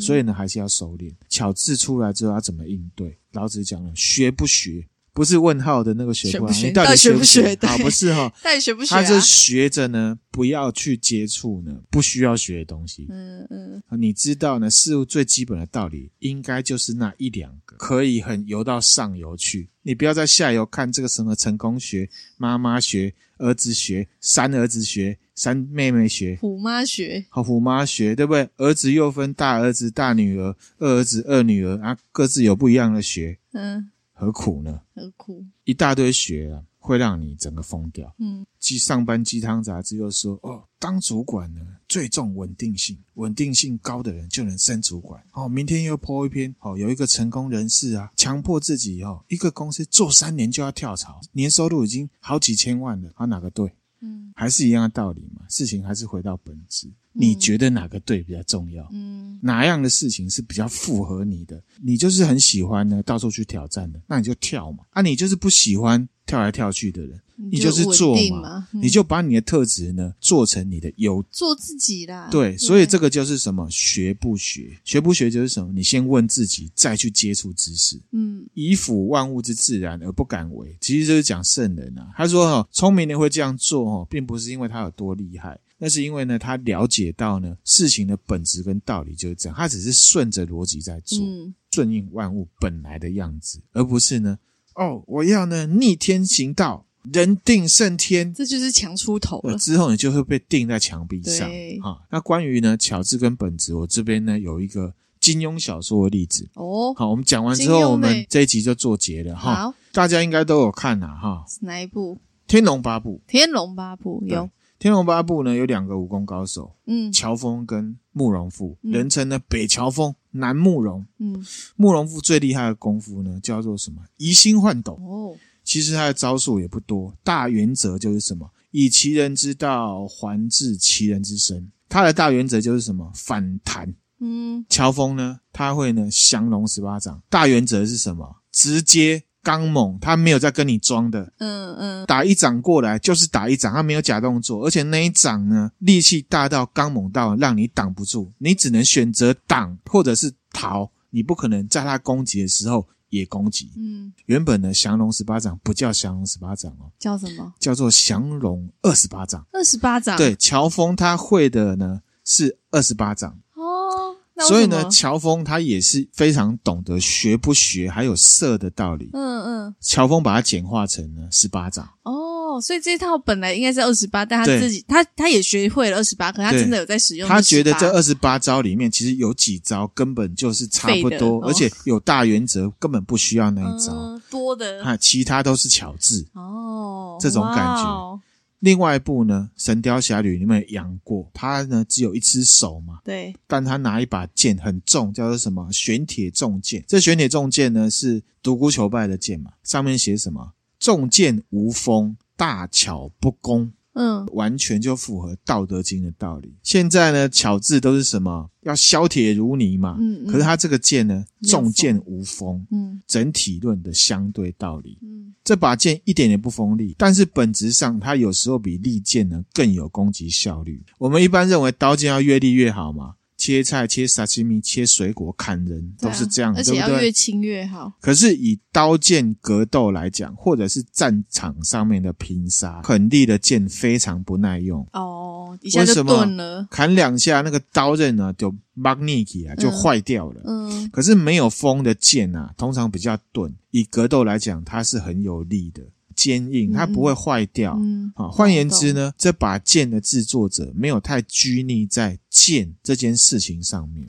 Speaker 1: 所以呢，还是要收敛。巧字出来之后要怎么应对？老子讲了，学不学，不是问号的那个学不
Speaker 2: 学不学
Speaker 1: 你到底学
Speaker 2: 到底学不学对
Speaker 1: 啊，不是哈、
Speaker 2: 到底学 不学、
Speaker 1: 他
Speaker 2: 啊？
Speaker 1: 就学着呢，不要去接触呢不需要学的东西。啊
Speaker 2: 嗯嗯，
Speaker 1: 你知道呢，事物最基本的道理，应该就是那一两个，可以很游到上游去。你不要在下游看这个什么成功学、妈妈学、儿子学、三儿子学、三妹妹学、
Speaker 2: 虎妈学，
Speaker 1: 好虎妈学，对不对？儿子又分大儿子、大女儿、二儿子、二女儿啊，各自有不一样的学，
Speaker 2: 嗯，
Speaker 1: 何苦呢？
Speaker 2: 何苦？
Speaker 1: 一大堆学啊，会让你整个疯掉。
Speaker 2: 嗯，
Speaker 1: 鸡上班鸡汤杂志又说，哦，当主管呢最重稳定性，稳定性高的人就能升主管。哦，明天又抛一篇，哦，有一个成功人士啊，强迫自己哦，一个公司做三年就要跳槽，年收入已经好几千万了，啊，哪个对？
Speaker 2: 嗯
Speaker 1: 还是一样的道理嘛，事情还是回到本质，你觉得哪个对比较重要？
Speaker 2: 嗯
Speaker 1: 哪样的事情是比较符合你的？你就是很喜欢呢，到处去挑战的，那你就跳嘛。啊，你就是不喜欢，跳来跳去的人，你
Speaker 2: 你
Speaker 1: 就是
Speaker 2: 稳
Speaker 1: 做
Speaker 2: 定
Speaker 1: 嘛
Speaker 2: 嘛，嗯
Speaker 1: 你就把你的特质呢做成你的优
Speaker 2: 做自己啦。
Speaker 1: 对，所以这个就是什么学不学，学不学就是什么，你先问自己，再去接触知识。
Speaker 2: 嗯
Speaker 1: 以辅万物之自然而不敢为，其实就是讲圣人啊。他说哦，聪明人会这样做哦，并不是因为他有多厉害，那是因为呢，他了解到呢事情的本质跟道理就是这样，他只是顺着逻辑在做，
Speaker 2: 嗯
Speaker 1: 顺应万物本来的样子，而不是呢，哦，我要呢逆天行道，人定胜天，
Speaker 2: 这就是强出头
Speaker 1: 呃
Speaker 2: 了。
Speaker 1: 之后你就会被钉在墙壁上
Speaker 2: 对
Speaker 1: 啊。那关于呢巧智跟本质，我这边呢有一个金庸小说的例子。
Speaker 2: 哦，
Speaker 1: 好，我们讲完之
Speaker 2: 金庸
Speaker 1: 后，
Speaker 2: 呢
Speaker 1: 我们这一集就做结了哈。
Speaker 2: 好，
Speaker 1: 大家应该都有看啦、哈，《
Speaker 2: 是哪一部？
Speaker 1: 天龙八部》。
Speaker 2: 《天龙八部》
Speaker 1: 对
Speaker 2: 有
Speaker 1: 《天龙八部》呢有两个武功高手，
Speaker 2: 嗯
Speaker 1: 乔峰跟慕容复，
Speaker 2: 嗯
Speaker 1: 人称呢北乔峰，南慕容。
Speaker 2: 嗯
Speaker 1: 慕容复最厉害的功夫呢叫做什么？移心换斗。
Speaker 2: 哦
Speaker 1: 其实他的招数也不多，大原则就是什么？以其人之道还治其人之身。他的大原则就是什么？反弹。
Speaker 2: 嗯
Speaker 1: 乔峰呢，他会呢降龙十八掌。大原则是什么？直接刚猛，他没有在跟你装的，
Speaker 2: 嗯嗯
Speaker 1: 打一掌过来就是打一掌，他没有假动作，而且那一掌呢力气大到刚猛到让你挡不住，你只能选择挡或者是逃，你不可能在他攻击的时候也攻击。
Speaker 2: 嗯，
Speaker 1: 原本呢降龙十八掌不叫降龙十八掌哦，
Speaker 2: 叫什么？
Speaker 1: 叫做降龙二十八掌。
Speaker 2: 二十八掌。
Speaker 1: 对，乔峰他会的呢是二十八掌。
Speaker 2: 哦，那为
Speaker 1: 所以
Speaker 2: 什
Speaker 1: 呢，
Speaker 2: 么
Speaker 1: 乔峰他也是非常懂得学不学，还有射的道理。
Speaker 2: 嗯嗯
Speaker 1: 乔峰把它简化成呢十八掌，
Speaker 2: 哦，所以这套本来应该是二十八，但他
Speaker 1: 对
Speaker 2: 自己他他也学会了二十八，可他
Speaker 1: 对
Speaker 2: 真的有在使用28。
Speaker 1: 他觉得这二十八招里面，其实有几招根本就是差不
Speaker 2: 废的
Speaker 1: 多，
Speaker 2: 哦
Speaker 1: 而且有大原则，根本不需要那一招。
Speaker 2: 嗯多的
Speaker 1: 啊，其他都是巧智。
Speaker 2: 哦，
Speaker 1: 这种感觉
Speaker 2: 哇哦
Speaker 1: 另外一部呢，《神雕侠侣》里面有杨过，他呢只有一只手嘛，
Speaker 2: 对，
Speaker 1: 但他拿一把剑很重，叫做什么玄铁重剑。这玄铁重剑呢是独孤求败的剑嘛，上面写什么“重剑无锋，大巧不工”，
Speaker 2: 嗯
Speaker 1: 完全就符合《道德经》的道理。现在呢，巧字都是什么要削铁如泥嘛，
Speaker 2: 嗯嗯
Speaker 1: 可是他这个剑呢，
Speaker 2: 没有锋
Speaker 1: 重剑无锋。
Speaker 2: 嗯
Speaker 1: 整体论的相对道理，
Speaker 2: 嗯
Speaker 1: 这把剑一点也不锋利，但是本质上它有时候比利剑呢更有攻击效率。我们一般认为刀剑要越利越好嘛，切菜、切沙西米、切水果、砍人
Speaker 2: 对
Speaker 1: 都
Speaker 2: 啊
Speaker 1: 是这样，
Speaker 2: 而
Speaker 1: 对
Speaker 2: 且
Speaker 1: 不
Speaker 2: 要越
Speaker 1: 对？
Speaker 2: 轻越好。
Speaker 1: 可是以刀剑格斗来讲，或者是战场上面的拼杀，很利的剑非常不耐用，
Speaker 2: 哦，一下
Speaker 1: 为什
Speaker 2: 就
Speaker 1: 么
Speaker 2: 钝了。
Speaker 1: 砍两下那个刀刃呢就 m a g n i t 啊就
Speaker 2: 嗯
Speaker 1: 坏掉了。
Speaker 2: 嗯
Speaker 1: 可是没有锋的剑啊，通常比较钝。以格斗来讲，它是很有力的，坚硬，它不会坏掉。
Speaker 2: 嗯，
Speaker 1: 啊，换言之呢，这把剑的制作者没有太拘泥在剑这件事情上面，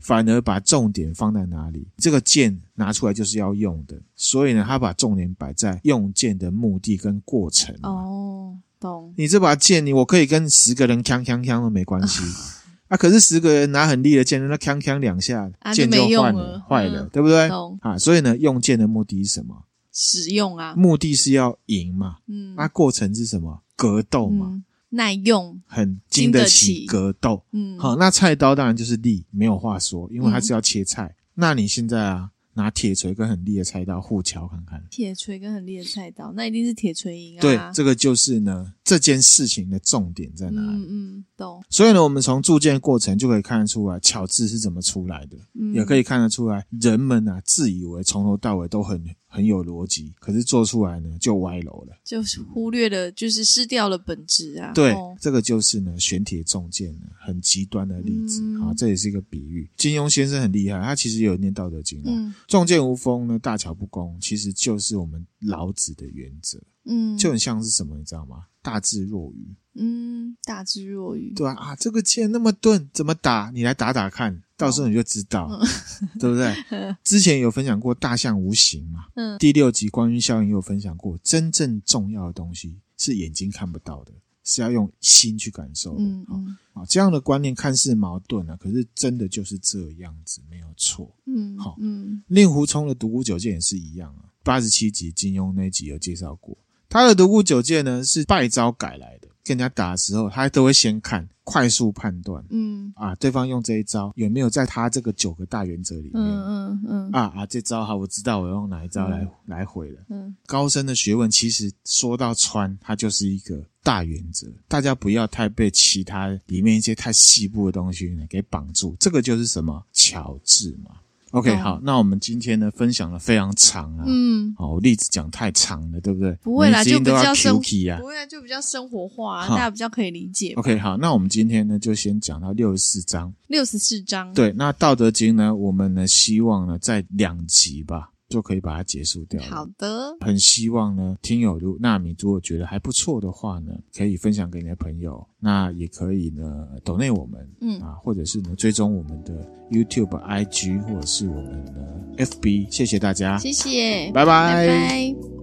Speaker 1: 反而把重点放在哪里？这个剑拿出来就是要用的，所以呢，他把重点摆在用剑的目的跟过程。
Speaker 2: 哦，懂。
Speaker 1: 你这把剑，你我可以跟十个人锵锵锵都没关 系啊。可是十个人拿很利的剑，那锵锵两下，
Speaker 2: 啊
Speaker 1: 剑
Speaker 2: 就没
Speaker 1: 就
Speaker 2: 用
Speaker 1: 换
Speaker 2: 了
Speaker 1: 坏了，
Speaker 2: 嗯
Speaker 1: 对不对？
Speaker 2: 懂
Speaker 1: 啊，所以呢，用剑的目的是什么？
Speaker 2: 使用啊，
Speaker 1: 目的是要赢嘛，
Speaker 2: 嗯
Speaker 1: 那、过程是什么？格斗嘛，
Speaker 2: 嗯，耐用，
Speaker 1: 很
Speaker 2: 经
Speaker 1: 经
Speaker 2: 得
Speaker 1: 得
Speaker 2: 起
Speaker 1: 起格斗。
Speaker 2: 嗯，
Speaker 1: 好，那菜刀当然就是利，没有话说，因为它是要切菜。那你现在啊，拿铁锤跟很利的菜刀互敲看看。
Speaker 2: 铁锤跟很利的菜刀，那一定是铁锤赢啊。
Speaker 1: 对，这个就是呢这件事情的重点在哪里。
Speaker 2: 嗯嗯，懂。
Speaker 1: 所以呢，我们从铸剑过程就可以看得出来，巧字是怎么出来的，
Speaker 2: 嗯
Speaker 1: 也可以看得出来，人们啊自以为从头到尾都很很有逻辑，可是做出来呢就歪楼了。
Speaker 2: 就是忽略了，就是失掉了本质啊。
Speaker 1: 对，
Speaker 2: 哦
Speaker 1: 这个就是呢玄铁重剑呢很极端的例子
Speaker 2: 嗯
Speaker 1: 啊，这也是一个比喻。金庸先生很厉害，他其实也有念《道德经》啊。
Speaker 2: 嗯
Speaker 1: 重剑无锋呢，大巧不工，其实就是我们老子的原则，
Speaker 2: 嗯，
Speaker 1: 就很像是什么，你知道吗？大智若愚，
Speaker 2: 嗯大智若愚。
Speaker 1: 对啊，啊，这个剑那么钝，怎么打？你来打打看，到时候你就知道，对不对？之前有分享过大象无形嘛，
Speaker 2: 嗯
Speaker 1: 第六集关于效应也有分享过，真正重要的东西是眼睛看不到的，是要用心去感受的。
Speaker 2: 嗯
Speaker 1: 啊
Speaker 2: 嗯
Speaker 1: 啊，这样的观念看似矛盾啊，可是真的就是这样子，没有错。
Speaker 2: 嗯，
Speaker 1: 好
Speaker 2: 嗯
Speaker 1: 令狐冲的独孤九剑也是一样啊，八十七集金庸那集有介绍过。他的独孤九剑呢是败招改来的，跟人家打的时候，他都会先看，快速判断
Speaker 2: 嗯
Speaker 1: 啊，对方用这一招有没有在他这个九个大原则里面。
Speaker 2: 嗯嗯嗯
Speaker 1: 啊啊！这招好，我知道我用哪一招来、来回了。
Speaker 2: 嗯，
Speaker 1: 高深的学问，其实说到穿，它就是一个大原则，大家不要太被其他里面一些太细部的东西呢给绑住。这个就是什么巧智嘛。OK，、
Speaker 2: 懂
Speaker 1: 好，那我们今天呢分享的非常长啊，
Speaker 2: 嗯，
Speaker 1: 哦，例子讲太长了，对不对？
Speaker 2: 不会啦
Speaker 1: 你已经
Speaker 2: 就比
Speaker 1: 都要
Speaker 2: 较生
Speaker 1: Q K 啊
Speaker 2: 不。然就比较生活化、啊，
Speaker 1: 好
Speaker 2: 大家比较可以理解。
Speaker 1: OK，好，那我们今天呢就先讲到六十四章。
Speaker 2: 六十四章，，
Speaker 1: 对，那《道德经》呢，我们呢希望呢在两集吧就可以把它结束掉了。
Speaker 2: 好的，
Speaker 1: 很希望呢，听友如纳米如果觉得还不错的话呢，可以分享给你的朋友，那也可以呢，抖内我们，
Speaker 2: 嗯
Speaker 1: 啊，或者是呢，追踪我们的 YouTube、IG 或者是我们的 FB，谢谢大家，
Speaker 2: 谢谢，
Speaker 1: 拜拜
Speaker 2: 拜拜